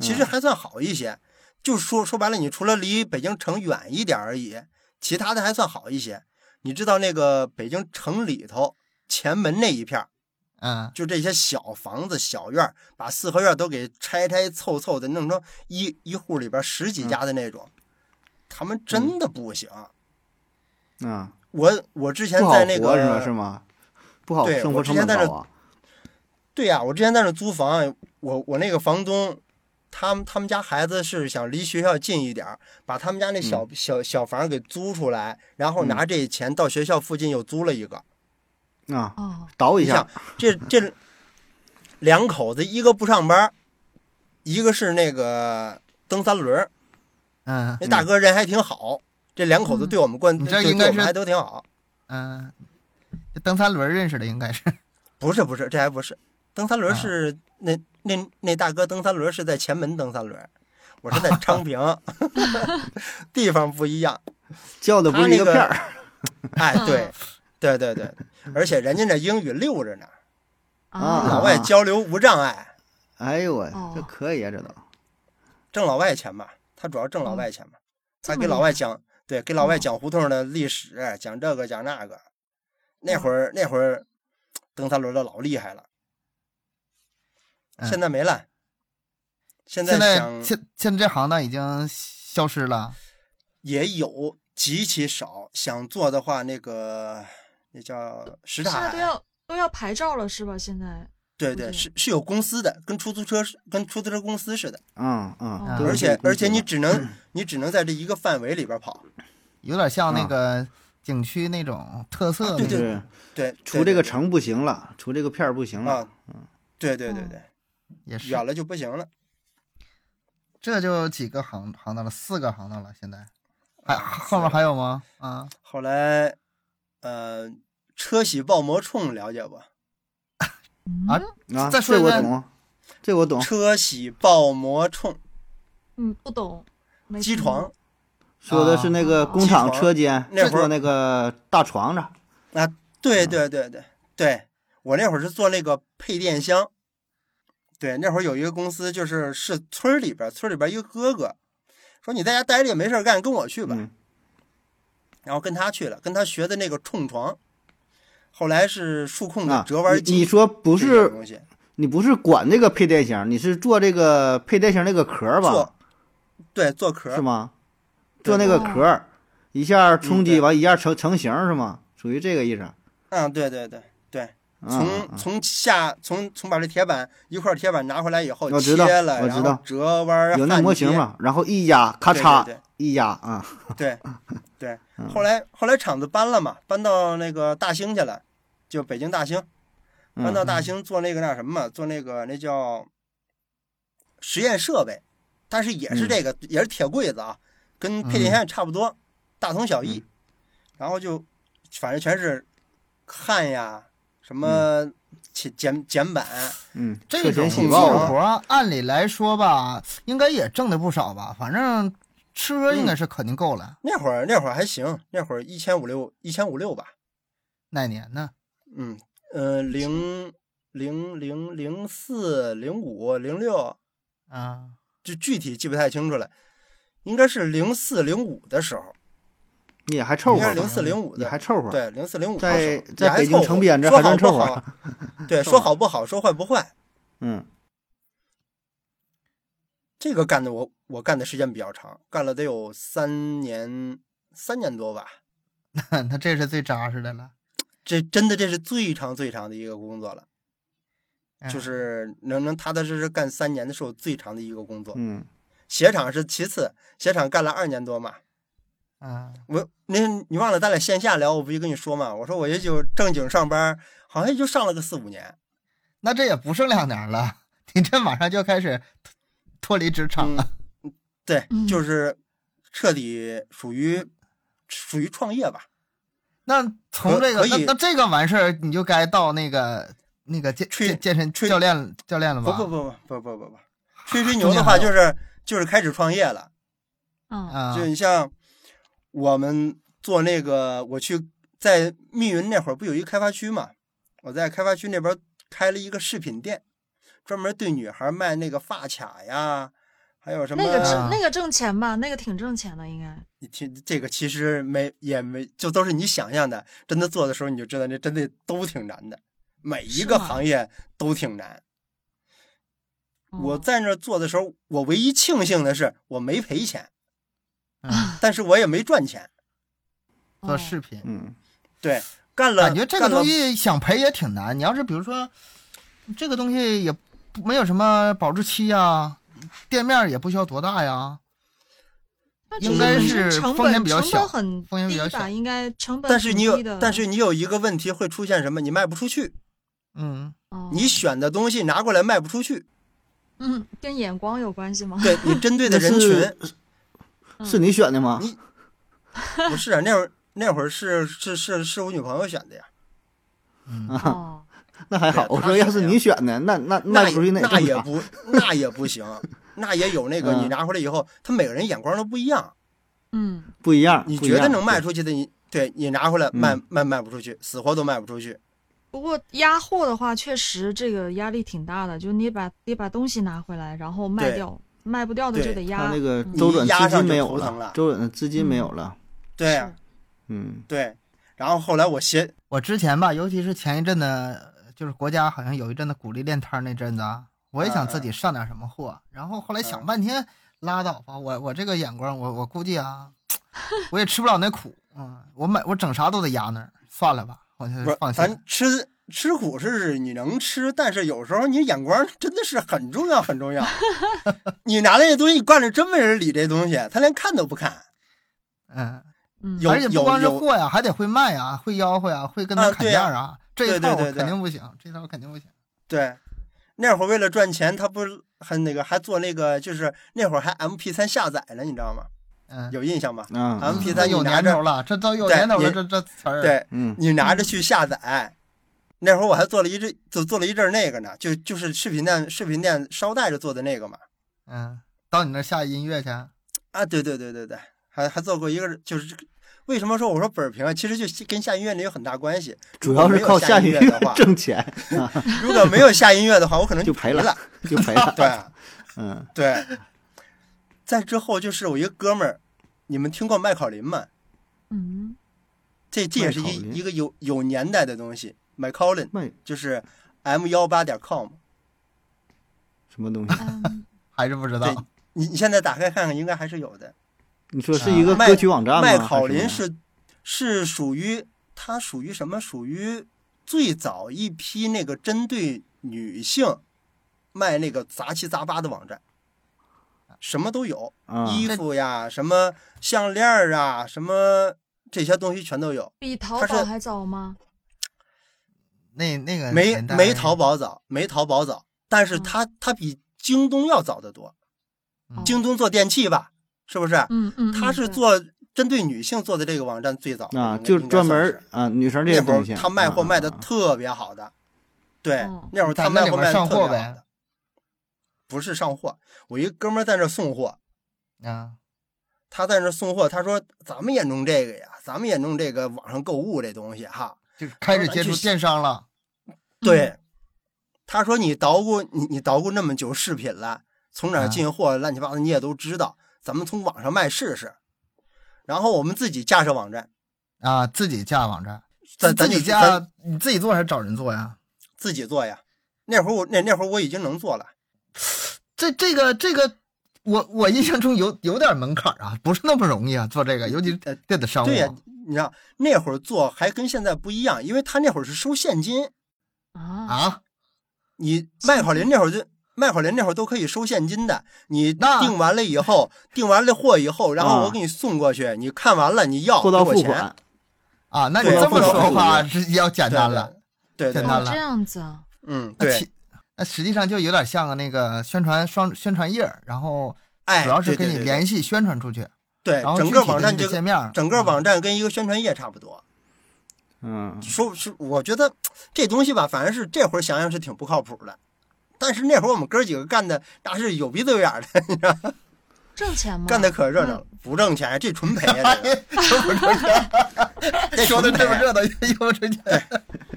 其实还算好一些。就说说白了，你除了离北京城远一点而已，其他的还算好一些。你知道那个北京城里头前门那一片儿，
嗯，
就这些小房子、小院儿，把四合院都给拆拆凑凑的，弄成一一户里边十
嗯
几家的那种，他们真的不行。
啊，
我我之前
不好
在那个
活是吗？是吗？不好，
对
生活
我之
成
前
本
在这
高啊。
对呀、我之前在那租房，我我那个房东，他们他们家孩子是想离学校近一点儿，把他们家那
嗯
小、小小房给租出来，然后拿这钱到学校附近又租了一个。
啊，
哦，
倒一
你
下
想，这这两口子，一个不上班，一个是那个蹬三轮儿，
嗯
那大哥人还挺好。这两口子对我们关，
你这
对对
应该
我们
是
还都挺好。
嗯，这蹬三轮认识的应该是
不是不是，这还不是蹬三轮
啊
是、那那那大哥蹬三轮是在前门蹬三轮，我是在昌 平，地方不一样。
叫的不是一片儿。
哎，
嗯
对，对对对，而且人家那英语溜着呢，
啊
老外交流无障碍，
哎呦我
哦，
这可以啊，这都
挣老外钱嘛，他主要挣老外钱嘛，
这
他
么
给
厉
老外讲，对，给老外讲胡同的历史，讲这个讲那个。那会儿那会儿，蹬三轮的老厉害了，
嗯
现在没了。现在
现在
想
现现在这行当已经消失了，
也有极其少，想做的话，那个那叫什
现在
刹
都
海，
要都要牌照了是吧？现在
对
不
对，
是
是是有公司的，跟出租车是跟出租车公司似的，
啊啊，
嗯
都有
而
这个
且
规
而且
矩
你
了
只能你只能在这一个范围里边跑，
有点像那
啊
个景区那种特色那种。
嗯对对
是
对，
出这个
城
城不行了，出这个片儿不行了
啊，，对对对
嗯
对，
也是
远了就不行了。
这就几个行行当了，四个行当了，现在
啊
还后面还有吗？啊，
后来，呃，车铣爆魔冲了解不？
啊
嗯
啊，
再说
这
一
我
遍
懂，这我懂，
车铣爆魔冲，
嗯，不懂。没
机
听过
床
说的是那个工厂车间
那会儿
做那个大床子，
啊
嗯
对对对对对，我那会儿是做那个配电箱。对，那会儿有一个公司，就是是村儿里边儿，村儿里边儿一个哥哥，说你在家待着也没事儿干，跟我去吧。
嗯
然后跟他去了，跟他学的那个冲床，后来是数控的
啊
折弯，
你你
机，
说不
这种
是
东西
你不是管这个配电箱，你是做这个配电箱那个壳儿吧
做？，对，做壳
是
儿，
吗？
对
做那个壳儿，一下冲
嗯
击
对
完一下成成型是吗？属于这个意思。啊
嗯，对对对对，
嗯
从从下从从把这铁板一块铁板拿回来以后，
我
切
知道
了，
我
然
知道
后折弯儿，
有那
焊
模型
接？
嘛，然后一压，咔
对
嚓
对
一压啊，
对对对。后来后来厂子搬了嘛，搬到那个大兴去了，就北京大兴，搬到
嗯
大兴做那个那什么嘛，做那个那叫实验设备，但是也是
嗯
这个也是铁柜子啊，跟配电箱也差不多，大同小
嗯
异。然后就反正全是焊呀，什么剪剪剪板，
嗯，
这
涉
种
嫌
技
喜
术
报
活
啊，
儿按理来说吧，应该也挣的不少吧，反正吃喝
嗯
应该是肯定够了。
那会儿那会儿还行，那会儿一千五六一千五六吧，
哪年呢？
嗯呃零零零零四零五零六，
啊，
就具体记不太清楚了，应该是零四零五的时候，
你也还凑
应该
合
是零
吧，
四零五
你
的
还，凑合，啊
对零四零五
在在北京城边这
说
还
好
真
不
凑合
好，对，
凑
说
合
好不好，说坏不坏，
嗯，
这个干的我我干的时间比较长，干了得有三年三年多吧，
那这是最扎实的了，
这真的这是最长最长的一个工作了，
哎
嗯
就是能能踏踏实实干三年的时候最长的一个工作。
嗯，
鞋厂是其次，鞋厂干了二年多嘛。
啊，
我那你忘了咱俩线下聊，我不就跟你说嘛？我说我也就正经上班，好像也就上了个四五年。
那这也不剩两年了， 你这马上就开始脱脱离职场
嗯
了。，
对，
嗯
就是彻底属于属于创业吧，
那从这个，
可
那
以
那这个完事儿，你就该到那个那个健
吹
健健身
吹
教练教练了
不
吧？啊
不不不不不不不，吹吹牛的话就是就是开始创业了。
嗯
啊
就你像我们做那个，我去在密云那会儿不有一开发区嘛，我在开发区那边开了一个饰品店，专门对女孩卖那个发卡呀，还有什么
那个
啊
挣那个挣钱吧，那个挺挣钱的，应该。
你听这个其实没也没，就都是你想象的。真的做的时候你就知道，那真的都挺难的，每一
是
个
吗
行业都挺难。
嗯
我在那儿做的时候，我唯一庆幸的是我没赔钱，
嗯，
但是我也没赚钱。
哦
做视频，
嗯，
对，干了
感觉这个
干了
东西想赔也挺难。你要是比如说，这个东西也不没有什么保质期呀，店面也不需要多大呀。
那
应该
只
是
成
风险
本
比较
成
小
本很
风险比
低
较小
吧，应该成本
但是
挺
你
低的
有，但是你有一个问题会出现什么？你卖不出去，
嗯，
哦
你选的东西拿过来卖不出去，
嗯跟眼光有关系吗？
对你针对的
那
人
是
群
嗯
是你选的吗？
你不是啊？那会儿那会儿是是是是我女朋友选的呀，
哦，
那还好，
对
我
他
说要是
选的
你选的，那那
那
卖不出去那也
那
正
也
常
不那也不 行，那也有那个
嗯
你拿回来以后，他每个人眼光都不一样，
嗯，
不一样，
你
不一样
觉得能卖出去的，你对你拿回来卖
嗯
卖卖不出去，死活都卖不出去。
不过压货的话，确实这个压力挺大的，就你把得把东西拿回来，然后卖
对
掉，卖不掉的就
对
得
他
压。
那个
嗯
周转
你压上
资金
就
没有
头疼了
周转的资金没有了，
对呀、
嗯
对。然后后来我写，
我之前吧，尤其是前一阵的，就是国家好像有一阵子鼓励练摊儿那阵子啊，我也想自
嗯
己上点什么货，然后后来想半天，拉倒吧，我我这个眼光，我我估计啊，我也吃不了那苦，嗯，我买我整啥都得压那儿，算了吧，我
哎
不
就是放弃了。
咱吃吃苦是你能吃，但是有时候你眼光真的是很重要，很重 要。你拿那东西惯着，真没人理这东西，他连看都不看。
嗯，
嗯，
有
而且不光是
有
货呀，还得会卖呀，会吆喝呀，会跟他
啊
砍
对呀
价啊，这一
对对
套
对
我
对
肯定不行，这一套我肯定不行。
对，那会儿为了赚钱，他不是还那个还做那个，就是那会儿还 MP 3下载呢，你知道吗？
嗯，
有印象吧？
啊
咱们
这
比
都
赛
有
你拿
年
着
头，了，这都有
对
年头了，
你
这这词儿。
对
嗯
你拿着去下载。那会儿我还做了一阵，做做了一阵儿那个呢，就就是视频店视频店捎带着做的那个嘛。
嗯，到你那儿下音乐去，
啊，对对对对对，还还做过一个，就是这个为什么说我说本儿平啊，其实就跟下音乐那有很大关 系。
嗯主要是靠
下
音
音
乐，
乐的话
挣钱，
如果没有下音乐的话，我可能
就
赔
赔 了。就赔 了。
对
嗯，
对，再之后就是我一个哥们儿，你们听过麦考林吗？
嗯，
这这也是
麦考林
一一个有有年代的东西，麦考林
卖
就是 M 幺八点 com。
什么东西？
嗯
还是不知道
对。你你现在打开看看，应该还是有的。
你说是一个
麦
歌曲网站吗？
麦考
还
林
什么呀
是是属于它属于什么？属于最早一批那个针对女性卖那个杂七杂八的网站，什么都有，
啊，
衣服呀，什么项链儿啊，什么这些东西全都有。
比淘
它是
宝还早吗？
那那个
没
年代
没淘，宝早，没淘宝早，但是它它比京东要早得多。
嗯
京东做电器吧，是不是？
嗯嗯，
它是
对
做针对女性做的这个网站最早的
啊，
应该
就是专门
应该算
儿
是
啊，女生这些
那会
东
儿
西，
他卖货
啊
卖的
啊
特别好的，对
嗯，
那会儿
在
他
那
卖
里
货
边
卖的
上
特别
货
好
呗
的，不是上货，我一哥们儿在那儿送货，
啊，
他在那儿送货，他说咱们也弄这个呀，咱们也弄这个网上购物这东西哈，
就是开始接触电商了。
嗯
对，他说你捣鼓你你捣鼓那么久饰品了，从哪儿
啊
进货乱七八糟你也都知道，咱们从网上卖试试，然后我们自己架设网站，
啊，自己架网站，
咱
自
咱就
己
咱
架，你自己做还是找人做呀？
自己做呀，那会儿我那那会儿我已经能做了。
这这个这个，我我印象中有有点门槛啊，不是那么容易啊，做这个，尤其是
呃
电子商务啊。
对呀、你知道那会儿做还跟现在不一样，因为他那会儿是收现金，
啊，
啊，
你麦考林那会儿就。麦考林那会儿都可以收现金的，你
那
订完了以后，订完了货以后，然后
啊
我给你送过去，你看完了你要
货
给
到
我
付
钱，
款，
啊，那你
对
这么
或者
说的话
说
是要简
对
单了。，
对对
简
对
单
哦
了
这样子啊，
嗯，
那
对，
其那实际上就有点像个那个宣传双宣传页儿，然后
哎，
主要是
对
给
对
你
对
联系宣传出去，
对，
然后
整
具
个
体的
网站
那个
就
界面嗯儿，
整个网站跟一个宣传页差不多。
嗯，
说是我觉得这东西吧，反正是这会儿想想是挺不靠谱的，但是那会儿我们哥几个干的那是有鼻子有眼儿的，
挣钱吗？
干的可热闹
嗯
了，不挣钱，这纯赔啊！这个 这
哎说的
纯
这么
赔
热闹，又不挣钱。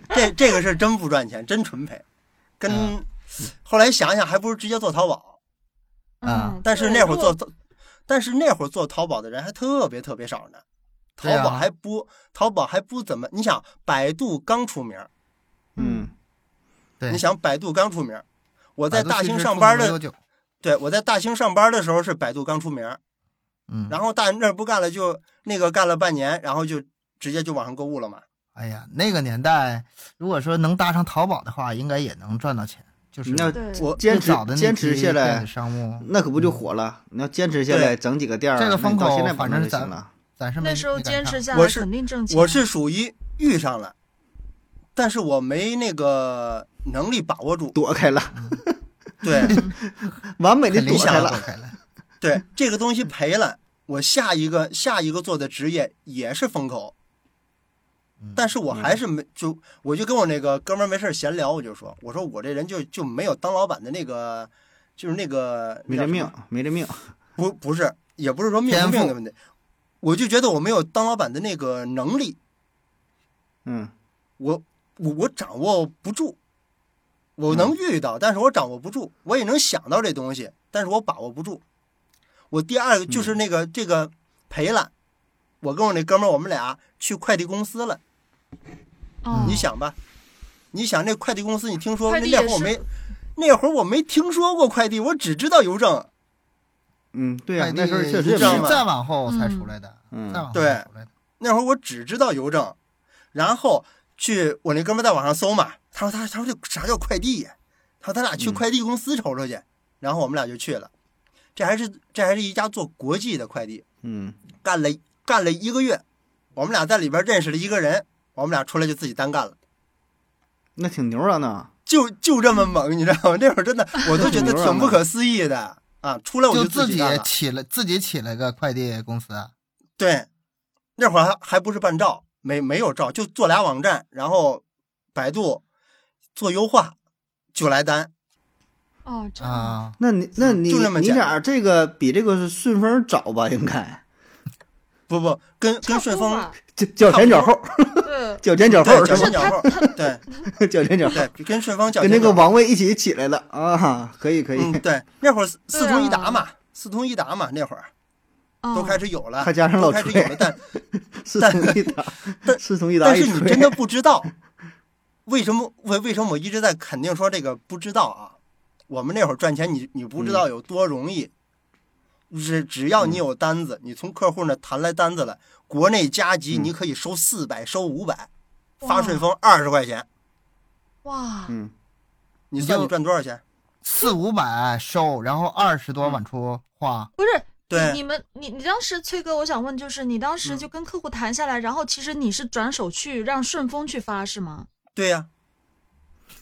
这这个是真不赚钱，真纯赔。跟
嗯
后来想想，还不如直接做淘宝。
啊
嗯，
但是
对
那会儿
如果
做，但是那会儿做淘宝的人还特别特别少呢。淘
对啊
宝还不，淘宝还不怎么。你想，百度刚出名，
嗯
对
你想百度刚出名，我在
百度
大
其
兴
实
上
出
班
名
的，
悠久
对我在大兴上班的时候是百度刚出名，
嗯，
然后大那儿不干了就那个干了半年，然后就直接就网上购物了嘛。
哎呀，那个年代，如果说能搭上淘宝的话，应该也能赚到钱。就是
那
对
我
坚
最早的
持
那
坚
批
持下
电
来
子，商务，
那可不就火了？你要坚持下
对
来，整几个店儿，
这个
那
风
你到
口
现在
反
不
正
就行
咱
了。
咱是没
那时候坚持，下
我
来
是
肯定挣
嗯
钱，啊
我是属于遇上了，但是我没那个能力把握住。
躲开了，
对
完美的
肯定
躲开
想
了
躲。开了。
对，这个东西赔了，我下一个下一个做的职业也是风口，
嗯
嗯
但是我还是没就我就跟我那个哥们儿没事儿闲聊，我就说我说我这人就就没有当老板的那个就是那个
没这命，，没这命。
不不是也不是说命
天
不命
赋
的问题，我就觉得我没有当老板的那个能力，
嗯，
我我我掌握不住，我
嗯
能遇到，但是我掌握不住，我也能想到这东
嗯
西，但是我把握不住。我第二个就是那个、这个赔了，我跟我那哥们儿，我们俩去快递公司了。
嗯
你想吧，你想那快递公司，你听说
快
那
递
那
也
会儿我
是
没，那会儿我没听说过快递，我只知道邮政。
嗯，对
啊
呀、
快递
那时候确实
也
也
是
没有
没
再往后才出来的，再
嗯
往后
对
才出来的。
那会儿我只知道邮政，然后去我那哥们儿在网上搜嘛，他说他他说这啥叫快递呀？他说咱俩去
嗯
快递公司瞅瞅去，然后我们俩就去了。这还是这还是一家做国际的快递，
嗯
干了干了一个月，我们俩在里边认识了一个人，我们俩出来就自己单干了，
那挺牛了呢。
就就这么猛，你知道吗？ 那会儿真的我都觉得挺不可思议的啊！出来我
就自
自
己
干了，
起了自己起了个快递公司啊，
对，那会儿还还不是办照，没没有照，就做俩网站，然后百度做优化，就来单。
哦，这样啊，
啊
那你那你
就那么
你
简单
俩这个比这个顺丰早吧？应该
不不，跟
差
跟
不
顺
多
丰
吧，
脚脚前脚后，
对，
脚前脚
对
后
脚
是
前脚
吧？
后，对
脚前脚后，
对，跟顺丰脚
跟
前
那
脚
个
后
王位一起起来了啊！可以可以，
嗯对，那会儿四四
对
通一
啊
达嘛，四通一达嘛，那会儿
嗯
都开始有了，
还加上
都
老
开始
崔
有了，但
四通一达，四通一达
但
一
是你
吹
真的不知道，为什么为为什么我一直在肯定说这个不知道啊？我们那会儿赚钱你，你不知道有多容易，只只要你有单子，你从客户那谈来单子了，国内加急
嗯
你可以收四百、收五百，
哇
发顺丰二十块钱，
哇，
嗯，
你
你
算
就
你赚多少钱？
四五百收，然后二十多往出花，
不是。你
对，
你们，你你当时崔哥，我想问，就是你当时
嗯
就跟客户谈下来，然后其实你是转手去让顺丰去发是吗？
对呀、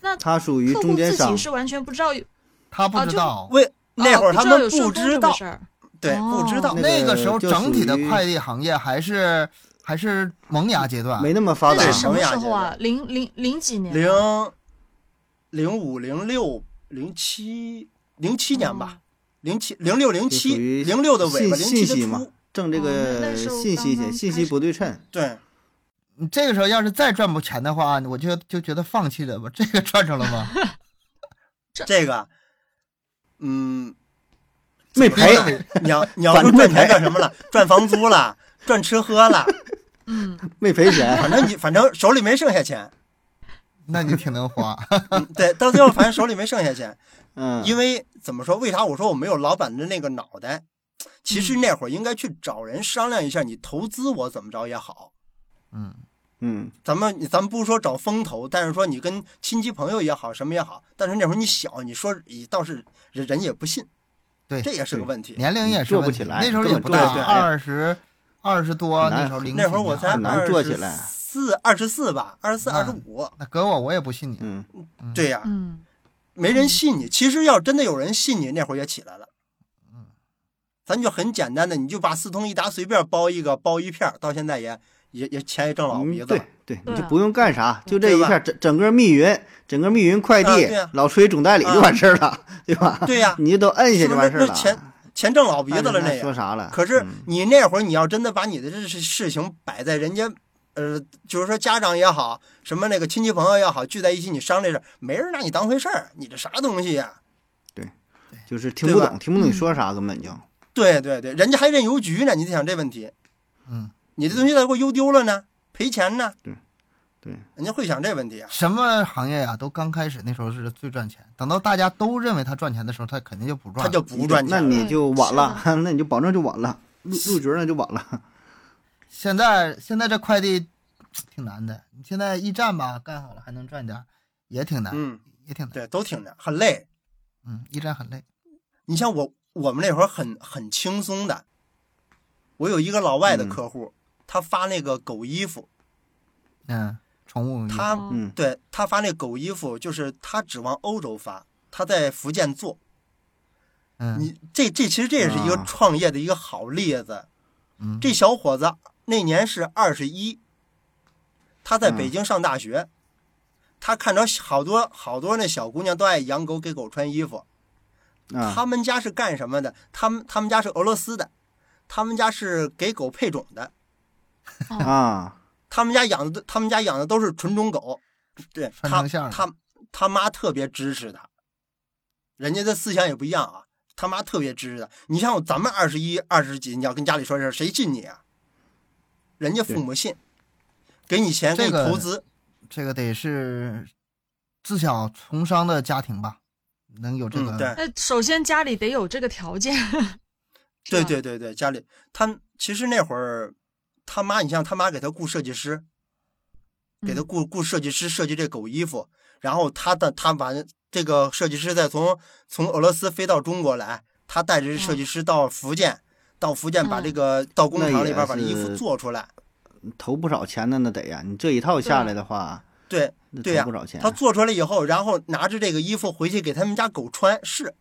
那
他属于
客
中
户
间
自
商
己，是完全不知道有，
他不
啊
知
就
道。
为那
啊
会儿他
不知道
们
有顺
不
丰
知
这
道
回，事儿
对，
哦
不知道
那，
那
个
个时候
就
整体的
属于
快递行业还是还是萌芽阶段，
没那么发
那
达
是
对
什
萌
么
芽
时
阶
候啊？零零零几年？啊
零零五、零六、零七、零七年吧，零七、零六、零
就属
七、
于
零六的尾巴，零
信
七
信
的
息嘛
初，，
挣这
哦那
个
那时候
信息
刚
钱，
刚
信
开
息
始
不对称。
对，
你这个时候要是再赚不钱的话，我就就觉得放弃了吧。这个赚着了吗？
这个，嗯，
没赔，
你要你要
反
说
正没
赚钱
赔
干什么了？赚房租了，赚吃喝了，
嗯，
没赔钱，
反 正你反正手里没剩下钱。
那你挺能花。
嗯对，到最后反正手里没剩下钱，
嗯，
因为怎么说？为啥我说我没有老板的那个脑袋？其实那会儿应该去找人商量一下，你投资我怎么着也好。
嗯，
嗯
咱们你咱们不是说找风投，但是说你跟亲戚朋友也好，什么也好，但是那会儿你小，你说你倒是人人也不信，
对
这也是个问题。
年龄也是
做不
问题
起来
那时候也不
根本做
大，
不起来
二十二十多，
很难
那时候零几
那会儿我
年
才
很难
二
做
十
起来
四、二十四吧，二十四、二十五，
那搁我我也不信你。
嗯，
对呀、
嗯，
没人信你。其实要真的有人信你，那会儿也起来了。
嗯，
咱就很简单的，你就把四通一达随便包一个，包一片儿，到现在也也也钱也挣老鼻子
嗯
了
对。对，你
对
就
啊
不用干啥，就这
对
一
吧
下，整整个密云，整个密云快
啊
递
对啊，
老崔总代理就完事儿了，对吧？
对啊 呀、
你就都摁下
是不
就是完事儿
那
了。
钱钱挣老鼻子了，
那
那也
说啥了？
可是
嗯
你那会儿你要真的把你的这事事情摆在人家，呃，就是说家长也好，什么那个亲戚朋友也好，聚在一起你商量着，没人拿你当回事儿，你这啥东西啊呀、
就是听不
对吧
懂，听不懂你
嗯
说啥，根本就
对对对，人家还认邮局呢，你得想这问题，
嗯，
你这东西再给我邮丢了呢，赔钱呢？
对对，
人家会想这问题啊。
什么行业啊呀、都刚开始那时候是最赚钱，等到大家都认为他赚钱的时候，他肯定就不赚
他
了。
就不赚
那
钱了，
你就晚了
嗯，
那你就保证就晚了，入入局那就晚了。
现在现在这快递嗯挺难的，你现在驿站吧干好了还能赚点儿，也挺难，
嗯，
也挺难。
对，都挺着，很累。
嗯，驿站很累。
你像我，我们那会儿很很轻松的。我有一个老外的
嗯
客户，他发那个狗衣服，
嗯，宠物业
他
哦
嗯
对他发那狗衣服，就是他指望欧洲发，他在福建做。
嗯
你这这其实这也是一个
啊
创业的一个好例子。
嗯，
这小伙子那年是二十一，他在
嗯
北京上大学，他看着好多好多那小姑娘都爱养狗，给狗穿衣服。
啊
他们家是干什么的？他们他们家是俄罗斯的，他们家是给狗配种的，
啊，
他们家养的都他们家养的都是纯种狗。对
穿
他
成像
他他妈特别支持他，人家的思想也不一样啊，他妈特别支持他。你像咱们二十一、二十几，你要跟家里说这事儿，谁信你啊？人家父母信，给你钱给
这
你
个
投资，
这个得是自小从商的家庭吧，能有这
嗯
个、
对
那首先家里得有这个条件，是
对
吧，
对对对，家里他其实那会儿他妈，你像他妈给他雇设计师，给他
嗯
雇雇设计师设计这狗衣服，然后他的他把这个设计师再从从俄罗斯飞到中国来，他带着这设计师到福建，到福建把这
嗯
个到工
那
厂里
也
边把这衣
是
服做出来。
投不少钱呢，那得呀，你这一套下来的话，
对
那
对呀、
投不少钱。
他做出来以后，然后拿着这个衣服回去给他们家狗穿，试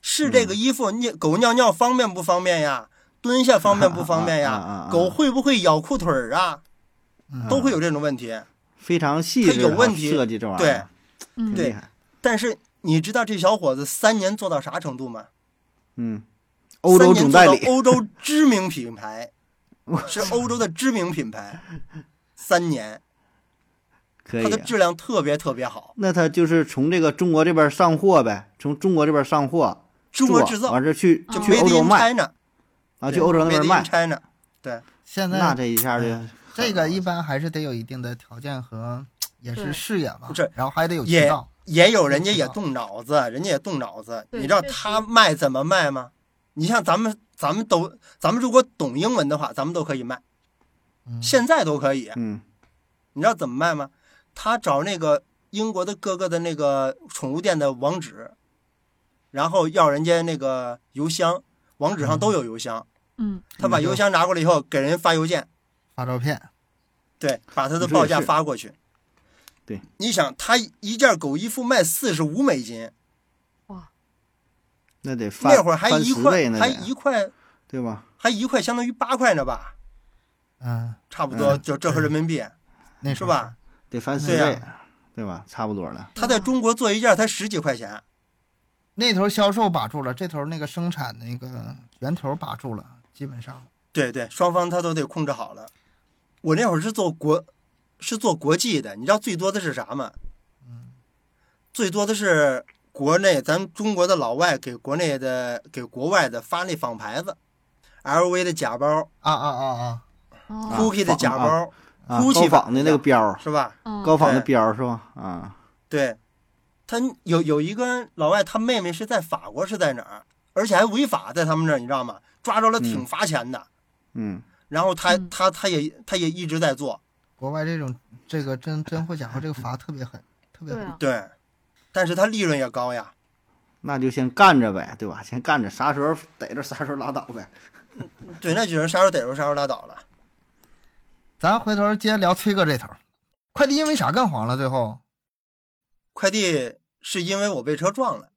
试这
嗯
个衣服尿狗尿尿方便不方便呀？蹲下方便不方便
啊啊啊啊
呀
啊？嗯
狗会不会咬裤腿儿啊？都会有这种问题。
非常细致，啊
他有问题
设计这玩意
对
儿，
嗯，
挺厉
对
害。
但是你知道这小伙子三年做到啥程度吗？
嗯，欧洲总代
三年
理
做到欧洲知名品 牌，是欧洲的知名品牌。三年，
可
它
以
的
啊。
质量特别特别好，
那他就是从这个中国这边上货呗，从中国这边上货，
中国
做
制造
完事儿去
就
去
Made
欧洲
in
卖
China，
啊，去欧洲那边
Made in
卖，
China，哎
现
那
在
这一下就
这个一般还是得有一定的条件和也是
对
视野吧
不是，
然后还得有渠
也
道。
也有人家也动脑子，
嗯
人家也动脑子。
对
你知道
确实
他卖怎么卖吗？你像咱们，咱们都，咱们如果懂英文的话，咱们都可以卖，
嗯，
现在都可以。
嗯
你知道怎么卖吗？他找那个英国的各个的那个宠物店的网址，然后要人家那个邮箱，网址上都有邮箱。
嗯，
他把
嗯
邮箱拿过来以后，给人发邮件，
发照片，
对，把他的
你说也
报价
是
发过去。
对，
你想他一件狗衣服卖四十五美金，
那得翻
那会儿还
翻
一
十
块
倍，呢，
还
得
一块，
对吧？
还一块相当于八块呢吧，
嗯，
差不多
嗯
就折合人民币。
那
是
时候
吧？
得翻十
对呀
倍，对吧？差不多了。
他在中国做一件才十几块
嗯
钱，
那头销售把住了，这头那个生产那个源头把住了，基本上
对对，双方他都得控制好了。我那会儿是做国，是做国际的，你知道最多的是啥吗？
嗯
最多的是国内咱中国的老外给国内的给国外的发那仿牌子，LV 的假包
啊啊啊啊，
啊
哦，
，GUCCI 的假
仿啊
包
啊，
Gucci
高仿的那个标儿，
是吧？
嗯
高仿的
对
标儿是吧？啊，
对，他有有一个老外，他妹妹是在法国，是在哪儿？而且还违法，在他们那儿，你知道吗？抓着了挺罚钱的。
嗯，
然后他
嗯
他他也他也一直在做，
国外这种这个真真货假货这个罚特别狠，特别
对
狠。
啊，
对，但是他利润也高呀。
那就先干着呗，对吧？先干着，啥时候逮着啥时候拉倒呗。
对，那几人啥时候逮住啥时候拉倒了。
咱回头接着聊崔哥这头，快递因为啥干黄了？最后
快递是因为我被车撞了，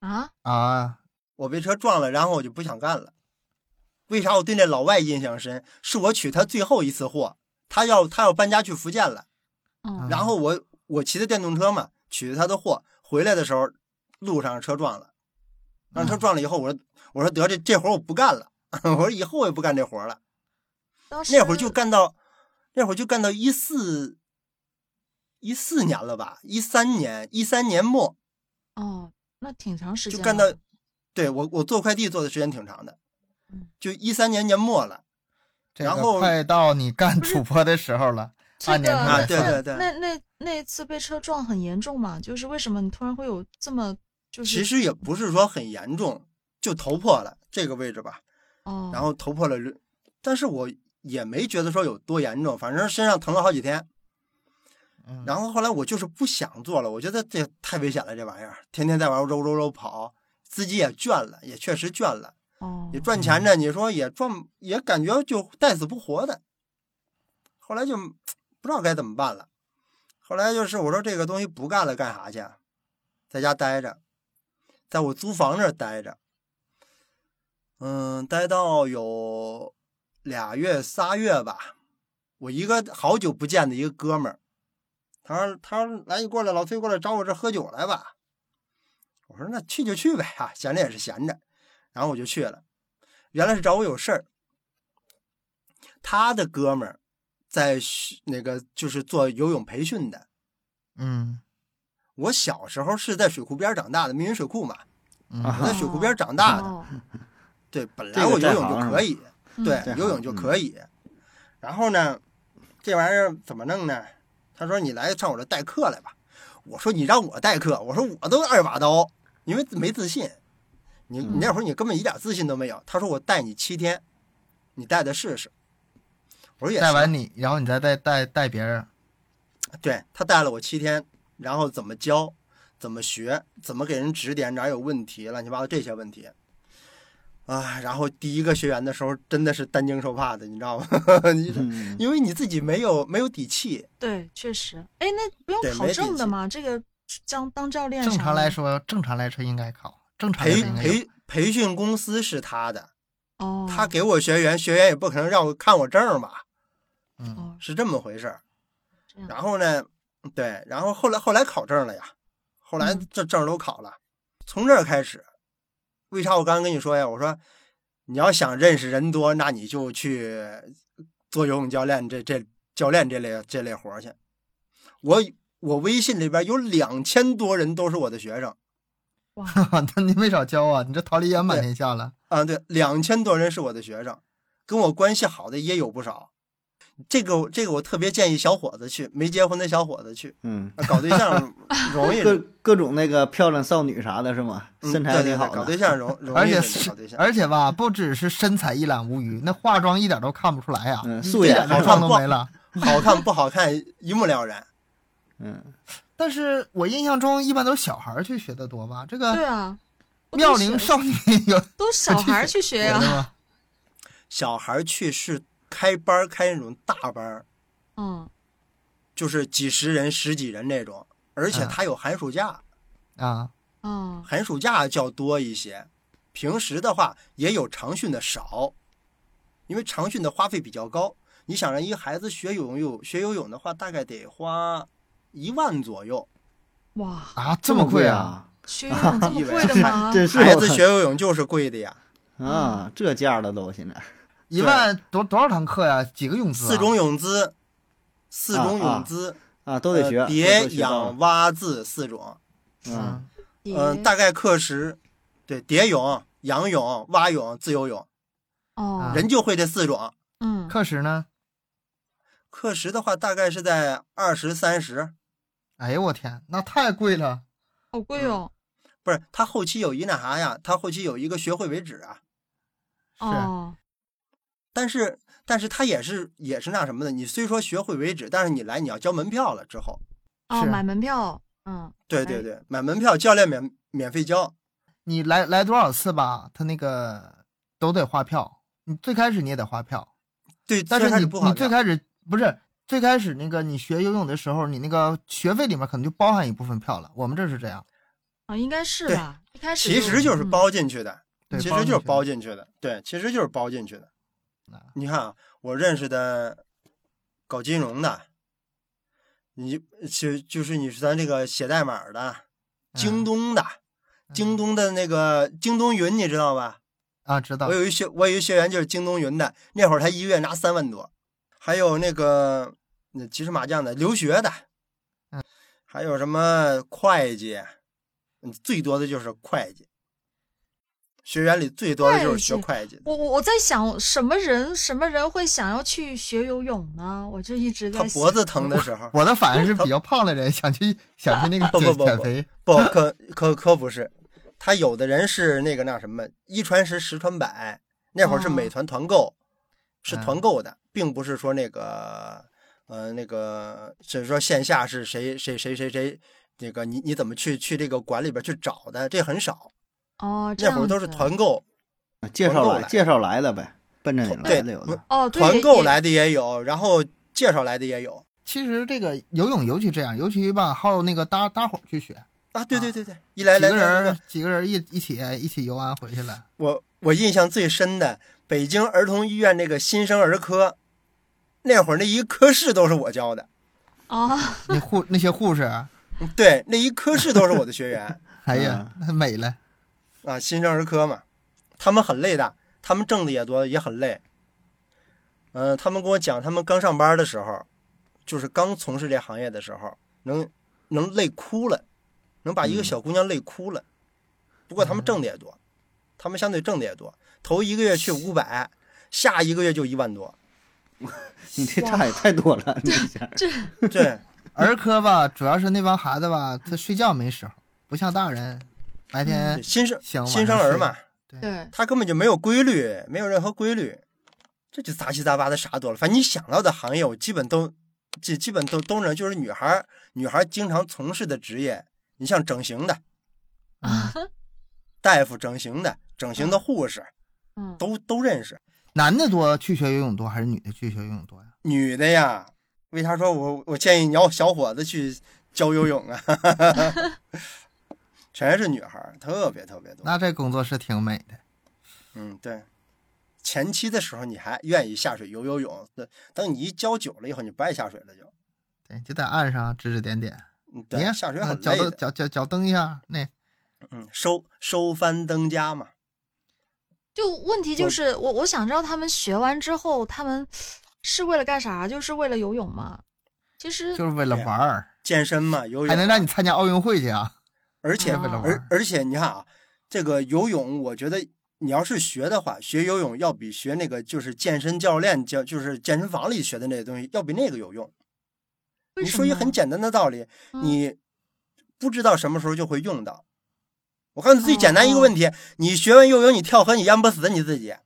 啊，
啊，
我被车撞了，然后我就不想干了。为啥我对那老外印象深？是我取他最后一次货，他要他要搬家去福建了，
嗯，
然后我我骑的电动车嘛，取他的货，回来的时候路上车撞了，让
嗯
车撞了以后，我说我说得这这活儿我不干了， 我说以后我也不干这活儿了。
当时
那会儿就干到，那会儿就干到一四一四年了吧，一三年一三年末，
哦，那挺长时
就
间了，
干到，对我我做快递做的时间挺长的
嗯，
就一三年年末了，
这
然
个
后
快到你干主播的时候了，
这
按年嗯
个
头
啊
来
对
算
对对
那那那次被车撞很严重嘛？就是为什么你突然会有这么就是
其实也不是说很严重，就头破了这个位置吧，
哦，
然后头破了，但是我也没觉得说有多严重，反正身上疼了好几天。
嗯
然后后来我就是不想做了，我觉得这太危险了，这玩意儿天天在外揉揉揉跑，自己也倦了，也确实倦了。
哦
你赚钱呢，你说也赚，也感觉就带死不活的。后来就不知道该怎么办了。后来就是我说这个东西不干了，干啥去？啊在家待着，在我租房那儿待着。嗯，待到有俩月仨月吧。我一个好久不见的一个哥们儿，他说他说来你过来，老崔过来找我这喝酒来吧。我说那去就去呗啊，闲着也是闲着。然后我就去了，原来是找我有事儿。他的哥们儿在学那个就是做游泳培训的。
嗯
我小时候是在水库边儿长大的，密云水库嘛，
嗯
啊
我在水库边儿长大的。
哦
对，本
这
来
个
我游
在
泳
行
就是可
吧
以，
嗯
对
在，
游
行
泳就
嗯
可以。然后呢，这玩意儿怎么弄呢？他说你来上我这代课来吧。我说你让我代课，我说我都二把刀，因为没自信。你你那会儿你根本一点自信都没有。他说我带你七天，你带带试试。我说也
带
行。
完你，然后你再带带带别人，
对他带了我七天，然后怎么教，怎么学，怎么给人指点，哪有问题，乱七八糟这些问题。啊，然后第一个学员的时候真的是担惊受怕的，你知道吗？ 你
嗯，
因为你自己没有没有底气，
对，确实。哎，那不用
对
考
没
证
底
的
气
吗？这个将当教练
正
啥
常来
的
说，正常来说应该考，正常来
培
说应该有
培培训公司是他的，
哦，
他给我学员，学员也不可能让我看我证儿吧，
嗯，
哦
是这么回事儿
这。样
然后呢，对，然后后来后来考证了呀，后来
嗯
这证儿都考了，从这儿开始，为啥我刚刚跟你说呀？我说你要想认识人多，那你就去做游泳教练这这教练这类这类活儿去。我我微信里边有两千多人都是我的学生。
哇，
那你没少教啊，你这桃李满
对
天下了，
啊，对，两千多人是我的学生，跟我关系好的也有不少。这个我这个我特别建议小伙子去，没结婚的小伙子去，
嗯，
啊搞对 象容易，
各
嗯
各种那个漂亮少女啥的是吗？身
对嗯对
材还挺
对
好
搞
的
对，象容容
而
易
且
的
是哎
搞对象，
而且吧，不只是身材一览无余，那化妆一点都看不出来呀、啊
嗯，
一
素
点
颜
毛
好
病
看
都没了。
好看不好看一目了然。
嗯，
但是我印象中一般都是小孩儿去学的多吧？这
对
个
啊，不都
妙
是
龄少女有
都小
去
孩儿去学啊
学的
呀，
吗？
小孩儿去是开班儿开那种大班儿，
嗯，
就是几十人、十几人那种，而且
嗯
他有寒暑假，
啊，
嗯，
寒暑假较多一些，平时的话也有长训的少，因为长训的花费比较高。你想让一个孩子学游泳，学游泳的话，大概得花一万左右。
哇，
啊，
这
这么贵啊？
啊？
学游泳这
以
么贵啊
为
的
是
吗？
真是啊
孩
我
子学游泳就是贵的呀，
啊，这价了都现在，
一万多多少堂课呀、几个泳姿、啊？
四种泳姿，四种
啊啊
泳姿，
啊，都得学
呃，蝶、
都得学到
仰、蛙、自四种。
了，啊，
也
嗯、大概课时，对，蝶泳、仰泳、蛙泳、自由泳，
啊
哦，
人就会这四种。
嗯，
课时呢？
课时的话，大概是在二十三十。
哎呦我天，那太贵了。
好贵
嗯
哦，
不是，他后期有一那啥呀，他后期有一个学会为止啊。
是
哦，
但是，但是他也是也是那什么的，你虽说学会为止，但是你来你要交门票了之后，
哦，
是
买门票，嗯，
对
哎
对对，买门票教练免免费交，
你来来多少次吧，他那个都得花票。你最开始你也得花票，
对，
但是
最开
你
始不好
你最
交，
开始不是最开始那个你学游泳的时候，你那个学费里面可能就包含一部分票了。我们这是这样，
啊，应该是
对
吧？一开始
其实就是
嗯
包进去的，
对，
其实就是
包
包进去的，对，其实就是包进去的
啊。
你看啊，我认识的搞金融的，你其就是你咱这个写代码的，京东的，
进去
京
嗯
东的那个京东云，你知道吧？
啊，知道
我有一学，我有一学员就是京东云的，那会儿他一月拿三万多，还有那个那骑士马将的留学的，
嗯，
还有什么会计，嗯最多的就是会计，学员里最多的就是学会计的，
我我我在想，什么人什么人会想要去学游泳呢？我就一直在
他
想
脖子疼的时候，
我的反应是比较胖的人想 去想去那个
不
减
不不
减
不
肥
不可可可不是，他有的人是那个那什么一传十十传百，那会儿是
哦
美团团购，是
嗯
团购的，并不是说那个呃那个只是说线下是谁谁谁谁谁那个你你怎么去去这个馆里边去找的，这很少，
哦，这
那会儿
样
都是
子
团购，
介绍
团购
来
来
介绍来的呗，奔着你来
对
的有
不
的
是，
哦，对
团
也
购
也
来的也有，然后介绍来的也有
其实这个游泳尤其这样，尤其吧，好那个搭搭伙儿去学，
啊，对对对对，一
几
来来
个人
来来
儿几个人儿一一起一起游完回去了。
我我印象最深的，北京儿童医院那个新生儿科，那会儿那一科室都是我教的，
哦，
那护那些护士，啊
对，那一科室都是我的学员
哎呀，
嗯
那美了。
啊，新生儿科嘛，他们很累的，他们挣的也多，也很累。嗯、他们跟我讲，他们刚上班的时候，就是刚从事这行业的时候，能能累哭了，能把一个
嗯
小姑娘累哭了。不过他们挣的也多，他们相对挣的也多，头一个月去五百，下一个月就一万多。
你这差也太多了，你一下
对，
儿科吧，主要是那帮孩子吧，他睡觉没时候，不像大人，白天
新生
哎想
新生儿嘛，
对，
他根本就没有规律，没有任何规律，这就杂七杂八的啥多了。反正你想到的行业，我基本都基基本都都能，就是女孩儿女孩儿经常从事的职业，你像整 形的
晚上睡，嗯
大夫、整形的、整形的护士，
嗯，
都都认识。
男的多去学游泳多还是女的去学游泳多呀？
女的呀，为啥说我我建议你要小伙子去教游泳啊？ 全是女孩儿，特别特别多。
那这工作是挺美的。
嗯，对。前期的时候你还愿意下水游游泳，那等你一教久了以后，你不爱下水了就。
对，就在岸上指指点点。
嗯，
你
对，
看，
啊
下水
那
很
脚
累
蹬
的。
脚脚脚蹬一下，那
嗯，收收翻登家嘛。
就问题
就
就是我我想知道他们学完之后，他们是为了干啥？就是为了游泳吗？其实
就是为了玩儿，
健身嘛，游泳
还能让你参加奥运会去啊！
而且
嗯为了玩
而而且你看啊，这个游泳，我觉得你要是学的话，学游泳要比学那个就是健身教练教就是健身房里学的那些东西要比那个有用。
为
你
什
说
么
一
呢？
个很简单的道理，
嗯
你不知道什么时候就会用到。我告诉你最简单一个
哦
问题，你学完游泳，你跳河，你淹不死你自己，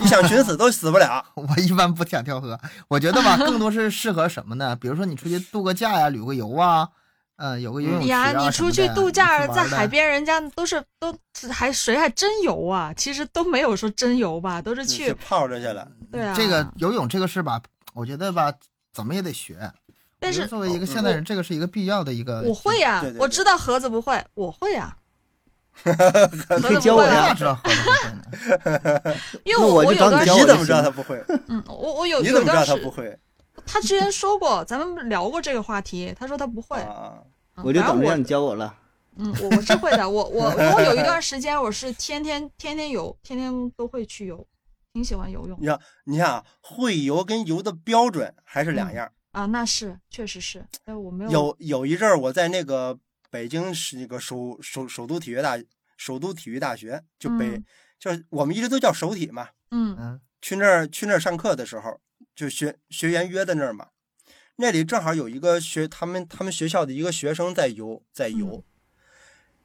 你想寻死都死不了。
我一般不想跳河，我觉得吧，更多是适合什么呢？比如说你出去度个假呀，旅个游啊，嗯、有个游泳池啊
呀，
什么的
你出去度假在海，
你去玩儿的
边，人家都是都还谁还真游啊？其实都没有说真游吧， 都是
你去
去
泡着去了，
对啊。
这个，游泳这个事吧，我觉得吧，怎么也得学。
但
我觉得
是
作为一个现代人，这个是一个必要的一个。
我会呀、
对对对
我知道盒子不会，我会 呀、
你
你
可以教我
哪
啊
呀。
知道喝的不会 呢？
因为
那我
我
就找
有段
你教
时
你
我
怎
就
么知道
行
他不会？
嗯，我我有
你怎
有
么知道
段
他
时
不会？
他之前说过，咱们聊过这个话题，他说他不会，
啊啊，
嗯
我就
反正
等着
我
让你教我了。
嗯，我我是会的，我我我有一段时间我是天天天天游，天天都会去游，挺喜欢游泳
你看，你看啊，会游跟游的标准还是两样儿。
啊，那是确实是，但我没有
有有一阵儿，我在那个北京是那个首首首都体育大首都体育大学，就北、
嗯
就是我们一直都叫首体嘛，
嗯
嗯，
去那儿去那儿上课的时候，就学学员约在那儿嘛，那里正好有一个学他们他们学校的一个学生在游在游，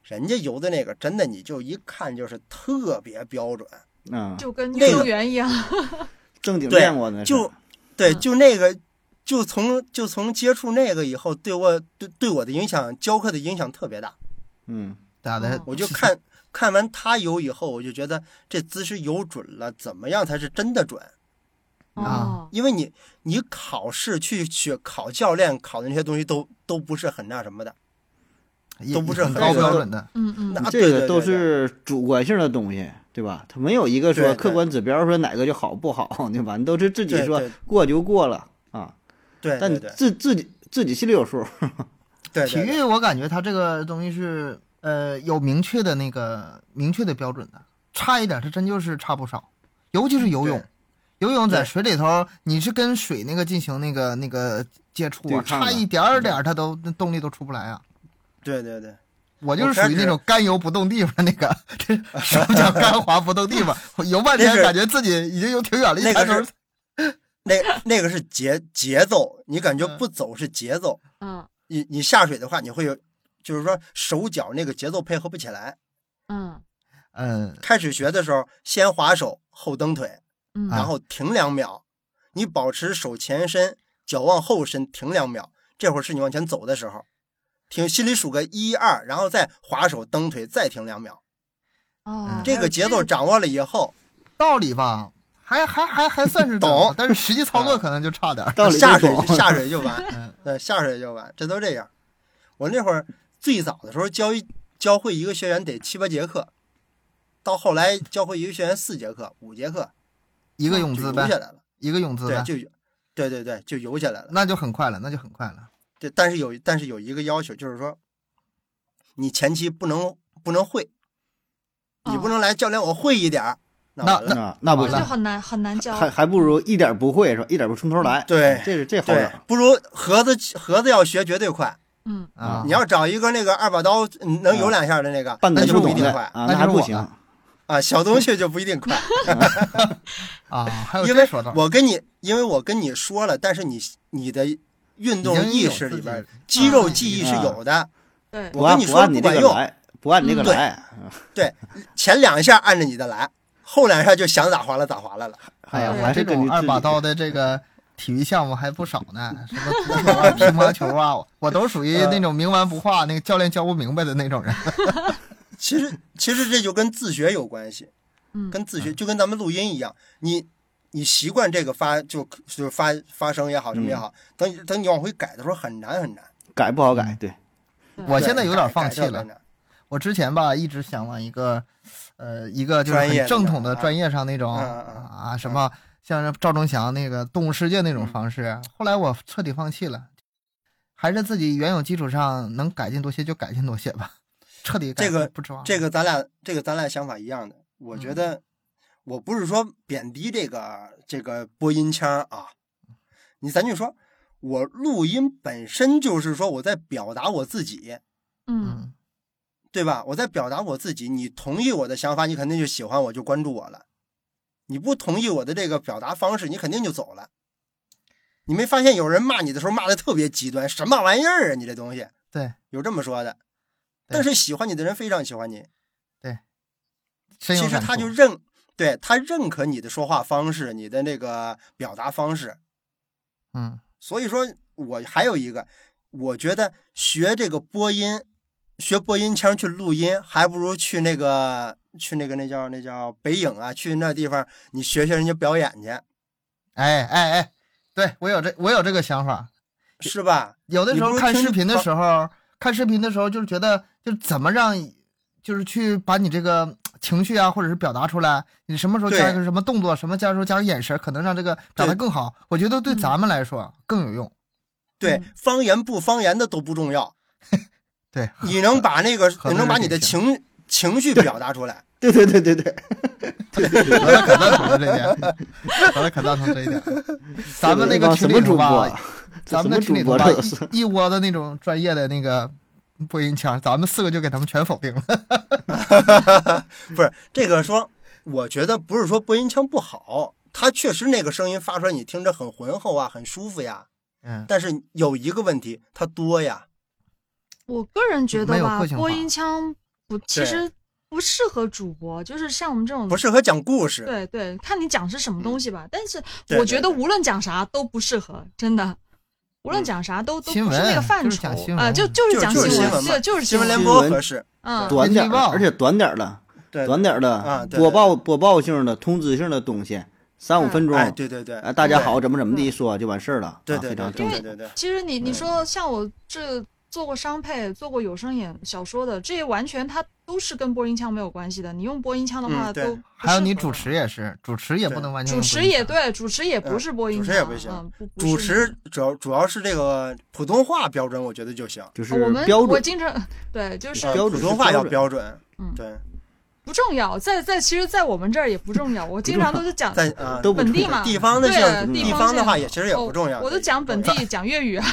人家游的那个真的你就一看就是特别标准，
嗯，
就跟
那
运动
个
员一样，
正经
对
练过呢，
就对就那个。就从就从接触那个以后，对我对对我的影响，教课的影响特别大。
嗯，
打的
嗯
我就看看完他游以后，我就觉得这姿势游准了，怎么样才是真的准？啊
哦，
因为你你考试去去考教练考的那些东西都都不是很那什么的，
也
都不是
也很
很
高
这个
标准的。
嗯嗯，
那
这
对
个
对
都
对对
是主观性的东西，对吧？它没有一个说
对对
客观指标说哪个就好不好，对吧？你都是自己
对
说
对
过就过了啊，
对
但
对
你
对
自自己自己心里有数。
对
体
对
育
对，
我感觉它这个东西是呃有明确的那个明确的标准的，差一点它真就是差不少，尤其是游泳
对，
游泳在
对
水里头你是跟水那个进行那个那个接触啊，
对抗的
差一点儿点儿它都那动力都出不来啊。
对对对，
我就是
我
属于
开始
那种干游不动地方那个， 这什么叫干滑不动地 方？我游半天
那是
感觉自己已经游挺远了，一
那
抬
个
头
是那那个是节节奏，你感觉
嗯
不走是节奏，
嗯
你你下水的话，你会有就是说手脚那个节奏配合不起来。
嗯
嗯，
开始学的时候，先划手后蹬腿，
嗯，
啊
然后停两秒，你保持手前伸，脚往后伸，停两秒。这会儿是你往前走的时候，停，心里数个一二，然后再划手蹬腿，再停两秒。
哦，
哎这个节奏掌握了以后，
道理吧，还还还还算是的
懂
但是实际操作可能就差 点儿。
道理
下
都
水
懂，
下水 就
嗯
完，对，下水就完，这都这样。我那会儿最早的时候教一教会一个学员得七八节课，到后来教会一个学员四节课、五节课
一
嗯
个泳
就
姿
游
呗
下，来了，
一个泳姿
对，
呗，
就游，对对对，就游下来了。
那就很快了，那就很快了。
对，但是有但是有一个要求，就是说，你前期不能不能会，你
哦
不能来教练我会一点儿，
那
完了
啊那那不
完
就
了
行，
很难很难教，
还还不如一点不会是吧？一点不从头来。啊
对
这是这好
对
整。，
不如盒子盒子要学绝对快，
嗯
啊，
你要找一个那个二把刀嗯能游两下的那个，
半
那
点
就
不
不一
懂
定
的
快。
啊，
那就是
还不
我
行
了。
啊，小东西就不一 定快，
啊，还有
因为
这说道，
我跟你，因为我跟你说了，但是你你的运动
已经
意
有
识
自
里
己
边
的，
肌肉记忆是
啊
有的。
对，
我
不按
跟你
不
说
按你
不
这
管
个
用，
来，不按你这个
嗯对
来，
前两下按着你的来，后两下就想咋划拉咋划拉了。
哎呀，
对
我还
啊这
是根
种
据
二
自
把
己
刀的这个体育项目还不少呢，什么足球啊、乒乓球啊，我都属于那种冥顽不化，那个教练教不明白的那种人。
其实其实这就跟自学有关系，
嗯，
跟自学就跟咱们录音一样，你你习惯这个发就就发发声也好什么也
嗯
好，等你等你往回改的时候很难很难。
改不好改，
嗯
对，
我现在有点
改
放弃。
改
了
正，了
我之前吧一直向往一个，呃，一个就是
专业
很
的
正统的
啊
专业上那种
嗯嗯嗯
啊什么像赵忠祥那个《动物世界》那种
嗯
方式，后来我彻底放弃了，还是自己原有基础上能改进多些就改进多些吧，彻底改
这个
不指望
这个咱俩这个咱俩想法一样的，我
嗯
觉得我不是说贬低这个这个播音腔啊，你咱就说，我录音本身就是说我在表达我自己，
嗯
嗯
对吧？我在表达我自己，你同意我的想法，你肯定就喜欢我，就关注我了；你不同意我的这个表达方式，你肯定就走了。你没发现有人骂你的时候骂的特别极端，什么玩意儿啊？你这东西
对，
有这么说的，
对
但是喜欢你的人非常喜欢你，
深有
其实
感
他
触
就认，对他认可你的说话方式，你的那个表达方式。
嗯
所以说我还有一个，我觉得学这个播音，学播音腔去录音，还不如去那个去那个那叫那叫北影啊，去那地方你学学人家表演去，
哎哎哎，对我有这我有这个想法，
是吧？
有的时候
你不是
看
听
视频的
好
时候，看视频的时候就是觉得，就是怎么让，就是去把你这个情绪啊，或者是表达出来，你什么时候加
对
一个什么动作，什么加时候加个眼神，可能让这个表达
对
更好。我觉得对咱们来说更有用。
对
嗯，
方言不方言的都不重要，
对，
你能把那个
可
你
能
能把
是
你的
这
情情绪表达出来。
对对对对对，
我也可赞同这一点，我也可赞同这一点。 咱们那个
帮
群
什
里
么
头
主播
吧，
啊，这
咱
什
们那
么
群里
主
头
播
吧
这都是，
一一窝的那种专业的那个播音腔，咱们四个就给他们全否定了。
不是这个说，我觉得不是说播音腔不好，它确实那个声音发出来，你听着很浑厚啊，很舒服呀。
嗯，
但是有一个问题，它多呀。
我个人觉
没
得
有
吧
个，性
播
化
音腔不其
对
实不适合主播，就是像我们这种
不适合讲故事。
对对，看你讲是什么东西吧。但是
对
我
对
觉得
对
无论讲啥都不适合，真的，无论
嗯
讲啥都都
新
不是那个
闻
范
就是
畴
讲新
啊，
闻
就就是
就
讲
就是
新
新
闻，
闻嘛
对，就是
新闻联
闻
播合适，
嗯，
短点儿的，
日报
而且短点儿的，
对，
短点儿
啊
的，
对
播报播报性的、通知性的东西，三五
嗯
分钟，
哎，对对对，
啊，大家
对，嗯
好，怎么怎么地说就完事儿了，
对
啊
对
非
对
常
对
正
对
常，
对对，
其实你你
嗯
说像我这做过商配，做过有声演小说的，这些完全它都是跟播音腔没有关系的。你用播音腔的
嗯
话
对
都不
还有
适
你
合
主
的
持也是，主持也不
对
能完全
主
用
持
播音
也
腔
对，主持也不
嗯
是播音
主
腔，
持也不行
嗯，不不
主
是
持主要主要是这个普通话标准，我觉得就行，
就
哦我们
是标
我
准，
经常对，就是
啊
标准
普
是
通话要标
标
准，
嗯
对，
不重要，在在其实，在我们这儿也不重要。我经常都是讲
在啊
都不
本
重
地
要
嘛，
地方的
对啊
性，
地
地
方
方的
性
话也其实也
哦
不重要，
我都
对
讲本地讲粤语啊，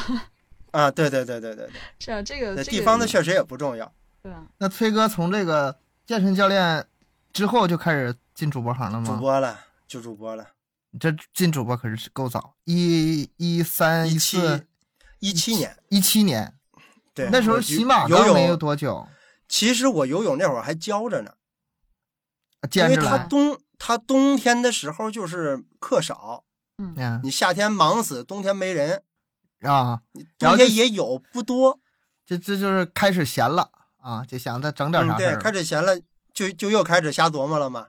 啊，对对对对对对，
是啊，这个
对
这
地
个
方的确实也不重要，
对啊，
那崔哥从这个健身教练之后就开始进主播行
嗯
了吗？
主播了就主播了，
你这进主播可是够早，一一三
一七
四
一七年，
一七年，
对，
那时候
我
洗马
游
刚没有
泳，
多久，
其实我游泳那会儿还教着呢。因
兼
为
职
它
啊
来，
冬它冬天的时候就是课少，
嗯
你夏天忙死，冬天没人，
啊，然
冬
后
天
就
也有不多，
这这就是开始闲了啊，就想再整点
嗯，
啥事
啊
对，
儿
开
了，
始闲了，就就又开始瞎琢磨了嘛。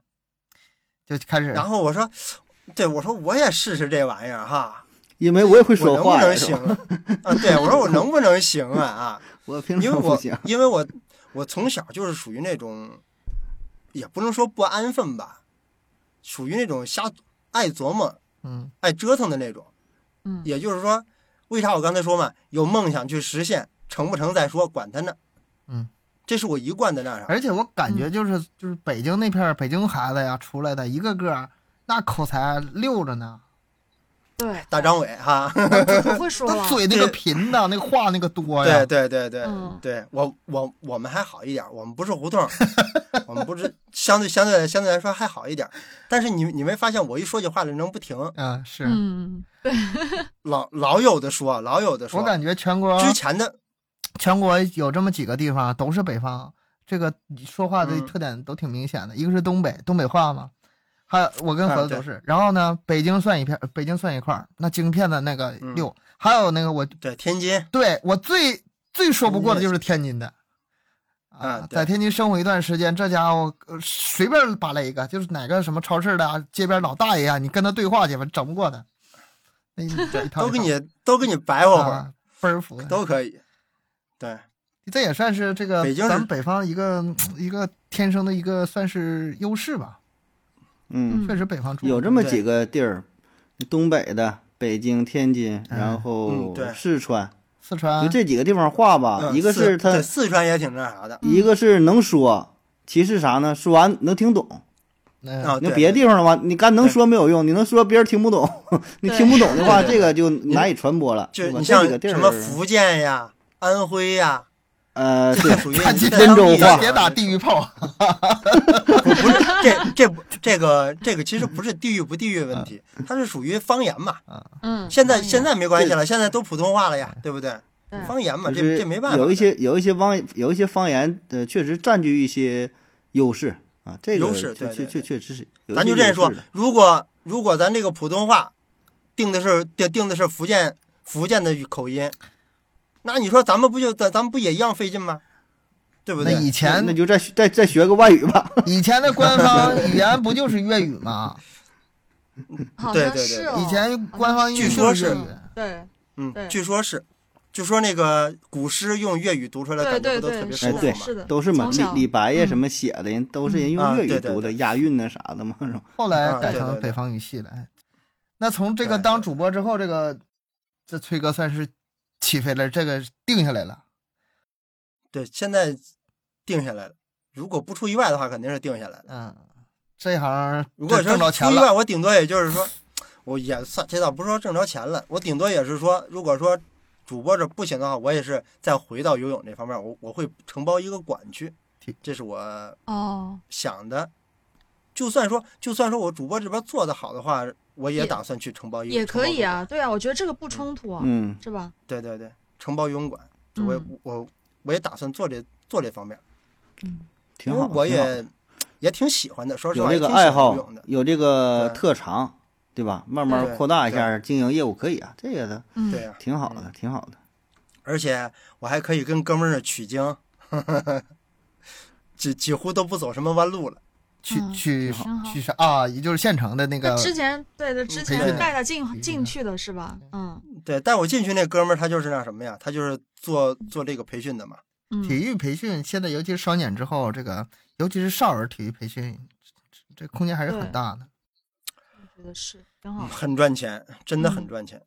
就开始
然后我说，对我说我也试试这玩意儿哈，
因为我也会
我
说
能不
话呀，
能
是
行
吧？
啊？啊，对我说我能不能行啊啊？
我平
因为
常不
我
行，
因为我我从小就是属于那种，也不能说不安分吧，属于那种瞎爱琢磨、
嗯
爱折腾的那种。
嗯
也就是说，为啥我刚才说嘛，有梦想去实现，成不成再说，管他呢。
嗯，哎
这是我一贯的那啥。
而且我感
嗯
觉就是、就是北京那片儿北京孩子呀出来的，一个个儿那口才溜着呢，
对，
大张伟哈，
不会说
他
了，
嘴那个贫呐，那个话那个多呀
对。对对对
嗯
对，我我我们还好一点，我们不是胡 同儿，我们不是相对相对相对来说还好一点，但是你你没发现我一说起话来能不停，
啊，是
嗯，
老老有的说，老有的
我
说，
感觉全国
之前的
全国有这么几个地方都是北方，这个说话的
嗯
特点都挺明显的。一个是东北，东北话嘛，还有我跟
啊
盒子
对
都是。然后呢，北京算一片，呃北京算一块儿，那京片的那个
嗯
六，还有那个我
对天津，
对我最最说不过的就是天津的。
啊对
在天津生活一段时间，这家伙、呃、随便扒拉一个，就是哪个什么超市的、啊、街边老大爷啊，你跟他对话去吧，整不过他。那 一一套
都给
一
你都给你白活
套
会儿，
啊倍儿服。
都可以。对，
这也算是这个
北京是
咱们北方一个一个天生的一个算是优势吧。
嗯，
嗯
确实，北方住
有这么
对
几个地儿，东北的北京、天津，然
嗯
后
对
四川，
四
就
啊
川
这几个地方话吧，
嗯
啊一个
四
是
对
他，
四川也挺那啥的
一个是能说，其次啥呢？说完能听懂。
嗯
啊，
你
对
别的地方的话，你干能说没有用，你能说别人听 不懂，你听不懂的话，
对
这个就难以传播了。
就是
吧
你
这
像
几个地
什么
儿，
福建呀、安徽呀，
呃，
这
对
个，属于
看
你
今
在
天
当
州
地
话
的
别打地域炮，
不不是 这这不这个这个其实不是地域不地域问题，
嗯
它是属于方言嘛。
嗯，
现在
方言
现在没关系了，现在都普通话了呀，对不对？
对
方言嘛，
嗯就
这
是
这没办法。
有一些有一些方有一些方言，呃，确实占据一些优势啊，这个
优势
确
对
确
对
确
对
确实是有一些
咱就
优势的。
这样说，如果如果咱这个普通话定的是定定的是福建福建的口音，那你说咱们不就咱咱们不也一样费劲吗？对不
那
对？
以前
那就再学再再学个外语吧。
以前的官 方语言不就是粤语吗？
好
对
像
对
是
对
哦
以前官方语
据
言
说
就是是粤语，
对
嗯
对，
据说是，据说那个古诗用粤语读出来
对
感觉
对
不都特别
对，是
舒服吗？
对
哎
的，是的，
都是嘛，
从
李
小
李白呀
嗯
什么写的，人都是人
啊
用粤
对
语
对
读的，
对
押韵那啥的嘛，是吧
后来
啊
改
对
成
对
了
对
北方语系了。哎那从这个
对
当
对
主播之后，这个这崔哥算是起飞了，这个定下来了。
对，现在定下来了。如果不出意外的话，肯定是定下来了。
嗯，这行
如果
这
说
挣着
出
钱
意
了
外，，我顶多也就是说，我也算这倒不是说挣着钱了，我顶多也是说，如果说主播这不行的话，我也是再回到游泳这方面，我我会承包一个馆去
挺，
这是我
哦，
想的。就算说，就算说我主播这边做的好的话，我也
也
打算去承包一个
也可以。
承包
啊，对啊，我觉得这个不冲突啊，
嗯，
是吧？
一个馆对对对，承包游泳馆，我也
嗯
我我也打算做这做这方面，因
挺
为
好。
我
挺好
也也挺喜欢的，说实
有
话，
这
也
个
挺喜欢
爱
游
好
泳的，。
有这个
对
特长，对吧？慢慢
对
扩大一
对
下经营业务可以啊，这个的
嗯，
对，呀、
挺好的，挺好的。
而且我还可以跟哥们儿取经， 几几乎都不走什么弯路了。
去
嗯
去
挺
好
去啥啊？也就是县城的那个
那之前对对，之
培
前
训
带他
培训
进进
的
去的是吧？嗯
对，带我进去那哥们儿他就是那什么呀，他就是做做这个培训的嘛。
体
嗯，
育培训，现在尤其是双减之后，这个尤其是少儿体育培训，这这空间还是很
对
大的。
觉得是挺好的，
很赚钱，真的很
哦嗯
赚钱。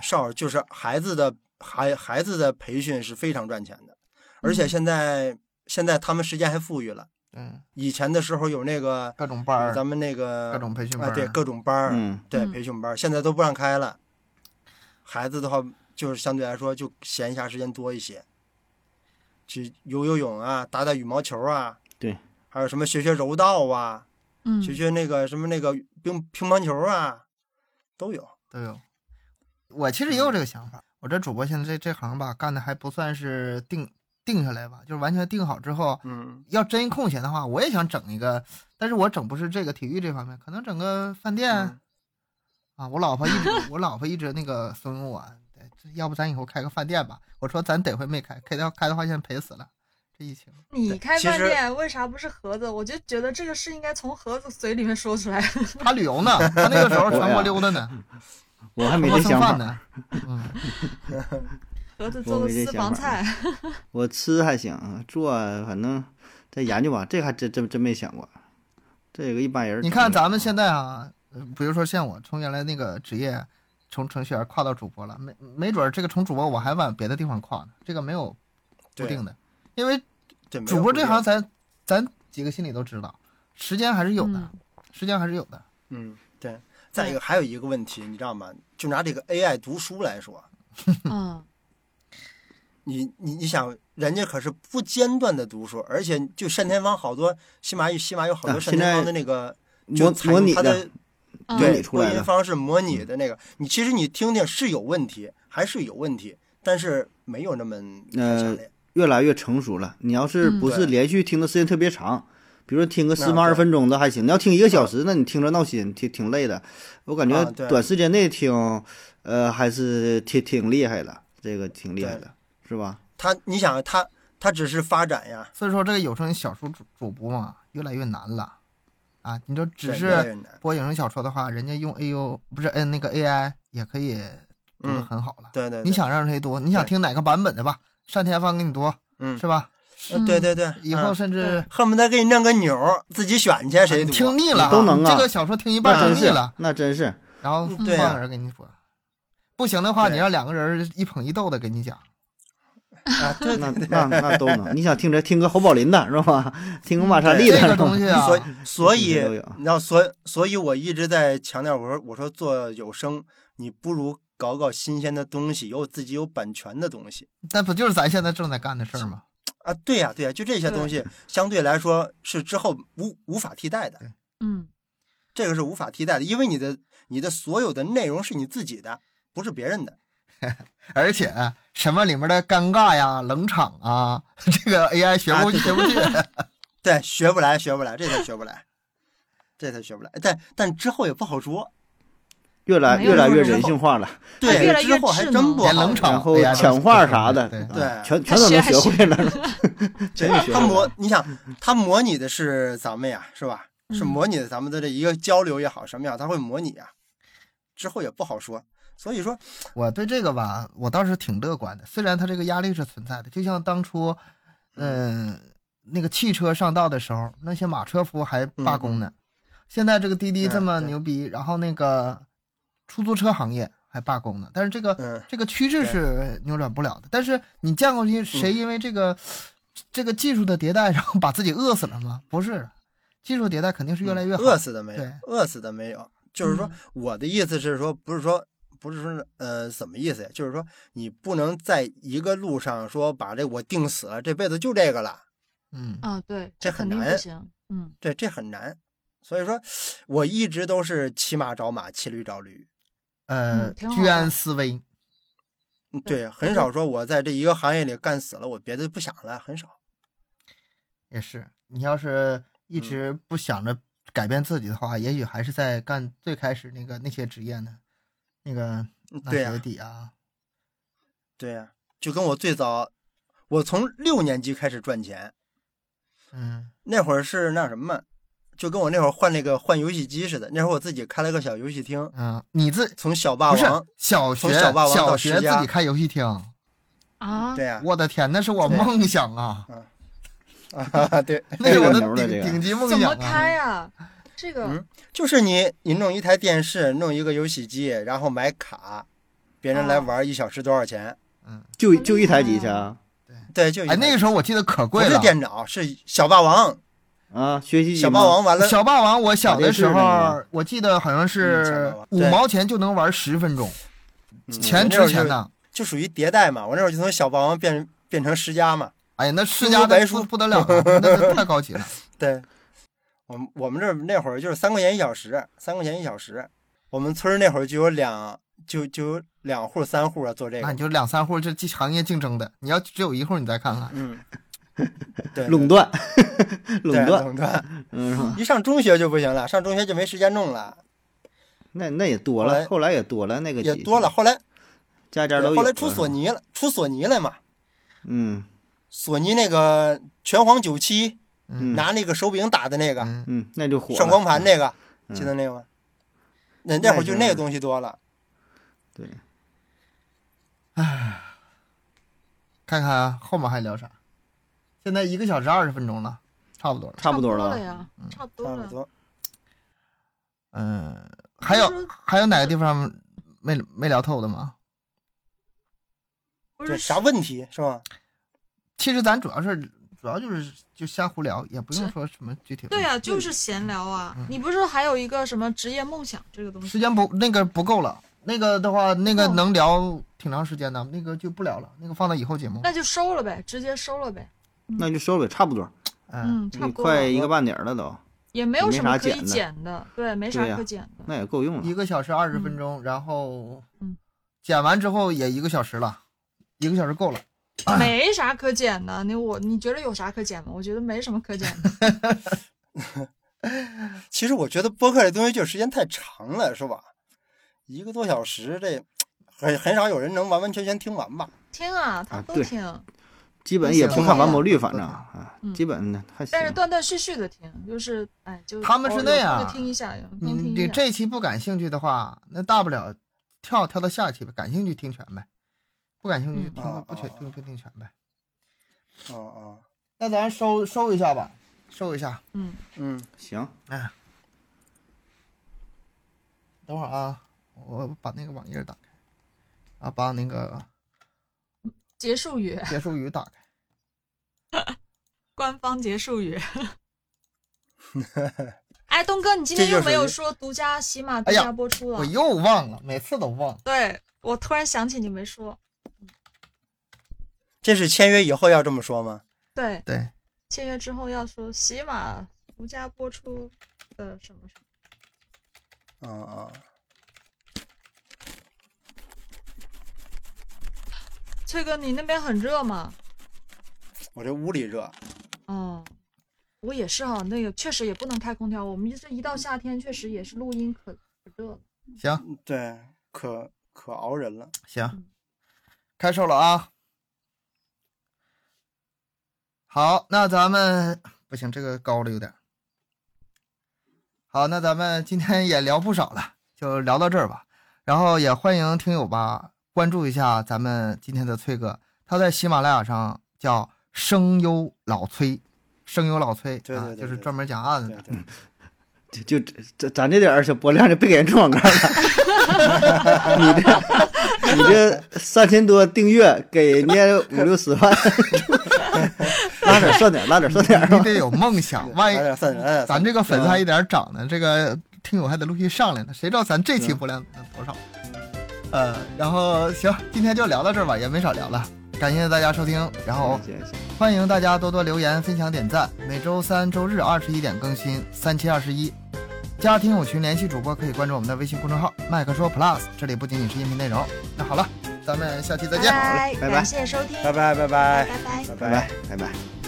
少儿就是孩子的孩孩子的培训是非常赚钱的，而且
嗯
现在现在他们时间还富裕了。
嗯，
以前的时候有那个
各种班儿，
咱们那个
各种培训班
啊，
儿，
对各种班儿，
嗯，
对
嗯
培训班儿，现在都不让开了。孩子的话，就是相对来说就闲暇时间多一些，去游游泳啊，打打羽毛球啊，
对，
还有什么学学柔道啊，
嗯
学学那个什么那个乒乒乓球啊，都有。
都有。我其实也有这个想法，我这主播现在这这行吧，干的还不算是定定下来吧，就是完全定好之后，
嗯，
要真空闲的话，我也想整一个，但是我整不是这个体育这方面，可能整个饭店、
嗯
啊。我老婆一直我老婆一直那个怂恿我，对这要不咱以后开个饭店吧？我说咱得亏没开，开的开的话现在赔死了，这疫情。
你开
其
饭
实
店为啥不是盒子？我就觉得这个事应该从盒子嘴里面说出来。
他旅 游呢，他那个时候全国溜达呢，
我还没
全国
这
蹭
想
饭
法，
呢。嗯，
盒子
我
做的
没这
私
想
房
法儿
菜，
我吃还行，做反正再研究吧，这个还真真真没想过。这个一般人
你看咱们
现
现在啊，呃比如说像我从原来那个职业，从程序员跨到主播了，没没准儿这个从主播我还往别的地方跨呢，这个没有固
对
定的，因为
对，没
主
有
播
固
这
定
行，咱咱几个心里都知道，时间还是有的，
嗯
时间还是有的。
嗯，对。再一个，还有一个问题，你知道吗？就拿这个 AI 读书来说，
嗯，
你你你想，人家可是不间断的读书，而且就单田芳好多西马有西马有好多
啊
单田芳
现在
的那个
模
就采
模
用
拟
他
的
的
嗯
模
对
拟出来
播音
的，嗯
方式模拟的那个，你其实你听听是有问题，还是有问题，但是没有那么
呃
强烈。
越来越成熟了。你要是
嗯
不是
对
连续听的时间特别长，比如说听个十
那
分二
对嗯
十分钟的还行，你要听一个小时，那你听着闹心，挺挺累的。我感觉
啊对
短时间内听，呃，还是挺挺厉害的，这个挺厉害
对
的，是吧？
他你想他他只是发展呀，
所以说这个有声小说主主播嘛，越来越难了啊！你就只
对越来越
是
难
播有声小说的话，人家用 A U 不是 N 那个 A I 也可以读的
嗯，
很好了。
对对，对
你想让谁读，你想
对
听哪个版本的吧？单田芳给你读
嗯，
是吧？
呃对对对，
以后
嗯
甚至
恨不得给你弄个钮儿，自己选去谁
你
读。啊
听腻了啊，
都能啊
这个小说听 一半
那
儿
真
听腻
是
了，，
那真是，
然后
嗯对啊
换个人给你说。不行的话，
对
你让两个人一捧一逗的给你讲。
啊，对
那
对 对。
那那都能。你想听着听个侯宝林的是吧？ 听个玛莎
对
丽的
这个
是吧
东？西啊
所，以所以
这些都有
你知道，所所以我一直在强调，我说我说做有声，你不如搞搞新鲜的东西，有自己有版权的东西
那不就是咱现在正在干的事儿吗？
啊。对呀、对呀、就这些东西相对来说是之后无无法替代的，
嗯，
这个是无法替代的，因为你的你的所有的内容是你自己的，不是别人的。
而且什么里面的尴尬呀、冷场啊，这个 AI 学不、
啊对
学不去。
对，学不来，学不来，这才学不来，这才学不来。但但之后也不好说，
越来
没有
越来
那
越
么
人
多
性化了，
对，
越来越
之后还
智
真
能
不
连
好
冷
说
场
然后
AI 都
抢话啥
对
的
对，
哎对
啊全全都
学
能
还
学会了，全给学
他
会了。
模，你想，他模拟的是咱们呀，是吧？是
嗯
模拟的咱们的这一个交流也好，什么呀，他会模拟呀。之后也不好说，所以说，
我对这个吧，我倒是挺乐观的，虽然它这个压力是存在的，就像当初，嗯、那个汽车上道的时候，那些马车夫还罢工呢。现在这个滴滴这么
嗯对对
牛逼，然后那个出租车行业还罢工呢，但是这个、
嗯
这个趋势
对嗯
是扭转不了的。但是你见过谁谁因为这个、这个技术的迭代，然后把自己饿死了吗？不是，技术迭代肯定是越来越好。
嗯饿死的没有
对，
饿死的没有。就是说
嗯，
我的意思是说，不是说，不是说，呃，怎么意思呀？就是说，你不能在一个路上说把这我定死了，这辈子就这个了，
嗯，
啊，对，
这
肯
很
定不
难
行，嗯，
这这很难。所以说，我一直都是骑马找马，骑驴找驴。
呃
嗯，挺好的
居安思危。
嗯
对
对，很少说我在这一个行业里干死了，我别的不想了，很少。
也是，你要是
嗯
一直不想着改变自己的话，也许还是在干最开始那个那些职业呢，那个那
嗯对呀
学底啊，
对呀、就跟我最早，我从六年级开始赚钱，
嗯，
那会儿是那什么，就跟我那会儿换那个换游戏机似的。那会儿我自己开了个小游戏厅，
嗯，你自
从小霸
不是
王，
小
从
学
小霸王到
学
世
自
家
己开游戏厅，
啊，
对呀、
我的天，那是我
对
梦想 啊，
啊， 对，
那是我的
这个牛了
顶
这个
顶级梦
怎
想
么
啊！
开啊？这个，
嗯就是你你弄一台电视，弄一个游戏机，然后买卡，别人来
啊
玩一小时多少钱？
就就一台机器啊
对，就一
哎，那
台
个时候我记得可
不
贵
是
了，哎
电脑，是小霸王，
啊，学习机
小霸
吗
王完了，
小霸王我小的时
打电视
候，我记得好像
嗯小
是
霸王
五
对
毛钱就能玩十分钟，
嗯
钱
那会
值
儿就
钱呢。
就属于迭代嘛。我那会儿就从小霸王变变成世家嘛。
哎呀，那世
听
家
说
的
白
不
书
不得 了了，那那太高级了。
对，我们我们这儿那会儿就是三块钱一小时，三块钱一小时。我们村儿那会儿就有两就就有两户三户啊做这
那
个
你，就两三户这这行业竞争的，你要只有一户，你再看看。
嗯，对，
垄断，垄
对
断，
垄断。
嗯，是吧
一上中学就不行了，上中学就没时间弄了，
那那也多
后
了，
来
后来也多了，那个
也
机器
多了。，后来
家家都有。
后来出索，尼了，出索尼了嘛。
嗯
索尼那个拳皇九七，
嗯
拿那个手柄打的那个，
嗯，
嗯，那就火了
上光盘那个，
嗯
记得那个吗？那那会儿就那
那
个
是
东西多了。
对，
看看后面还聊啥。现在一个小时二十分钟了，差不多了。
差不多
了
了。嗯
呀，差不多
差不
了，
多。
嗯，还有
就是
还有哪个地方没没聊透的吗？
不
对，
是
啥问题是吧？
其实咱主要是主要就是就瞎胡聊，也不用
是
说什么具体问
对
题。
呀、就是闲聊啊。你不是还有一个什么职业梦想这个东西？
时间不那个不够了，那个的话那个
哦
能聊挺长时间的，那个就不聊了，那个放到以后节目。
那就收了呗，直接收了呗。
那就收尾差不多，
嗯，
嗯，差
你
不多了
快一个半点儿了都，
也没有
没
什么
啥
可以
剪的
剪的，对，没
对
啥
呀
可剪的。
那也够用了。
一个小时二十分钟，然后
嗯
剪完之后也一个小时了，一个小时够了。
没啥可剪的。你我你觉得有啥可剪吗？我觉得没什么可剪的。
其实我觉得播客这东西就时间太长了，是吧？一个多小时这。很很少有人能完完全全听完吧？
听 啊，他
啊
都
对
听，
基本也不看完播率，反正
行
啊
嗯，
基本呢还行
但。是断断续续的听，就是嗯哎，就
他们是
偶尔
那样
有空就听一下，有
你
空
你
听一下。
这期不感兴趣的话，那大不了跳跳到下一期吧，感兴趣听全呗，不感兴趣就听
嗯
个不全
哦哦
听不听全呗。
嗯嗯
那咱收收一下吧，收一下。
嗯，
嗯，
行，
哎，等会儿啊，我把那个网页打开，啊，把那个
结束语，
结束语 打开。
官方结束 语。哎，东哥，你今
这
天
就
又
属
没有
于
说独家喜马独
哎呀
家播出了？
我又忘了，每次都忘。
对我突然想起你没说，
这是签约以后要这么说吗？
对，
对，
签约之后要说喜马独家播出的什么什么。
嗯嗯，
崔哥，你那边很热吗？
我这屋里热，
哦，我也是哈，那个确实也不能开空调。我们这一到夏天，确实也是录音可可热了。
行
对，可可熬人了。
行，开售了啊。好，那咱们不行，这个高了有点儿。好，那咱们今天也聊不少了，就聊到这儿吧。然后也欢迎听友吧关注一下咱们今天的崔哥，他在喜马拉雅上叫“声优老崔”，声优老崔
对对
啊，
对
就是
对
专门讲案子
对
的。
对，
就就咱咱这点儿小播量就别给人做广告了。 你这你这三千多订阅，给人家五六十万， 拉点儿算点儿，拉点儿算点儿
你
吧。
得有梦 想，万一
来点算来点，
咱这个粉丝还
对
一点涨呢，这个听友还得陆续上来呢，谁知道咱这期播量能多少？呃，然后行，今天就聊到这儿吧，也没少聊了，感谢大家收听， 然后
行行行
欢迎大家多多留言、分享、点赞，每周三、周日二十一点更新，三七二十一。加听友群联系主播可以关注我们的微信公众号“麦克说 Plus”，这里不仅仅是音频内容。那好了，咱们下期再见。
拜
嘞拜拜
感谢收听，
拜拜拜拜
拜拜。
拜
拜拜拜拜。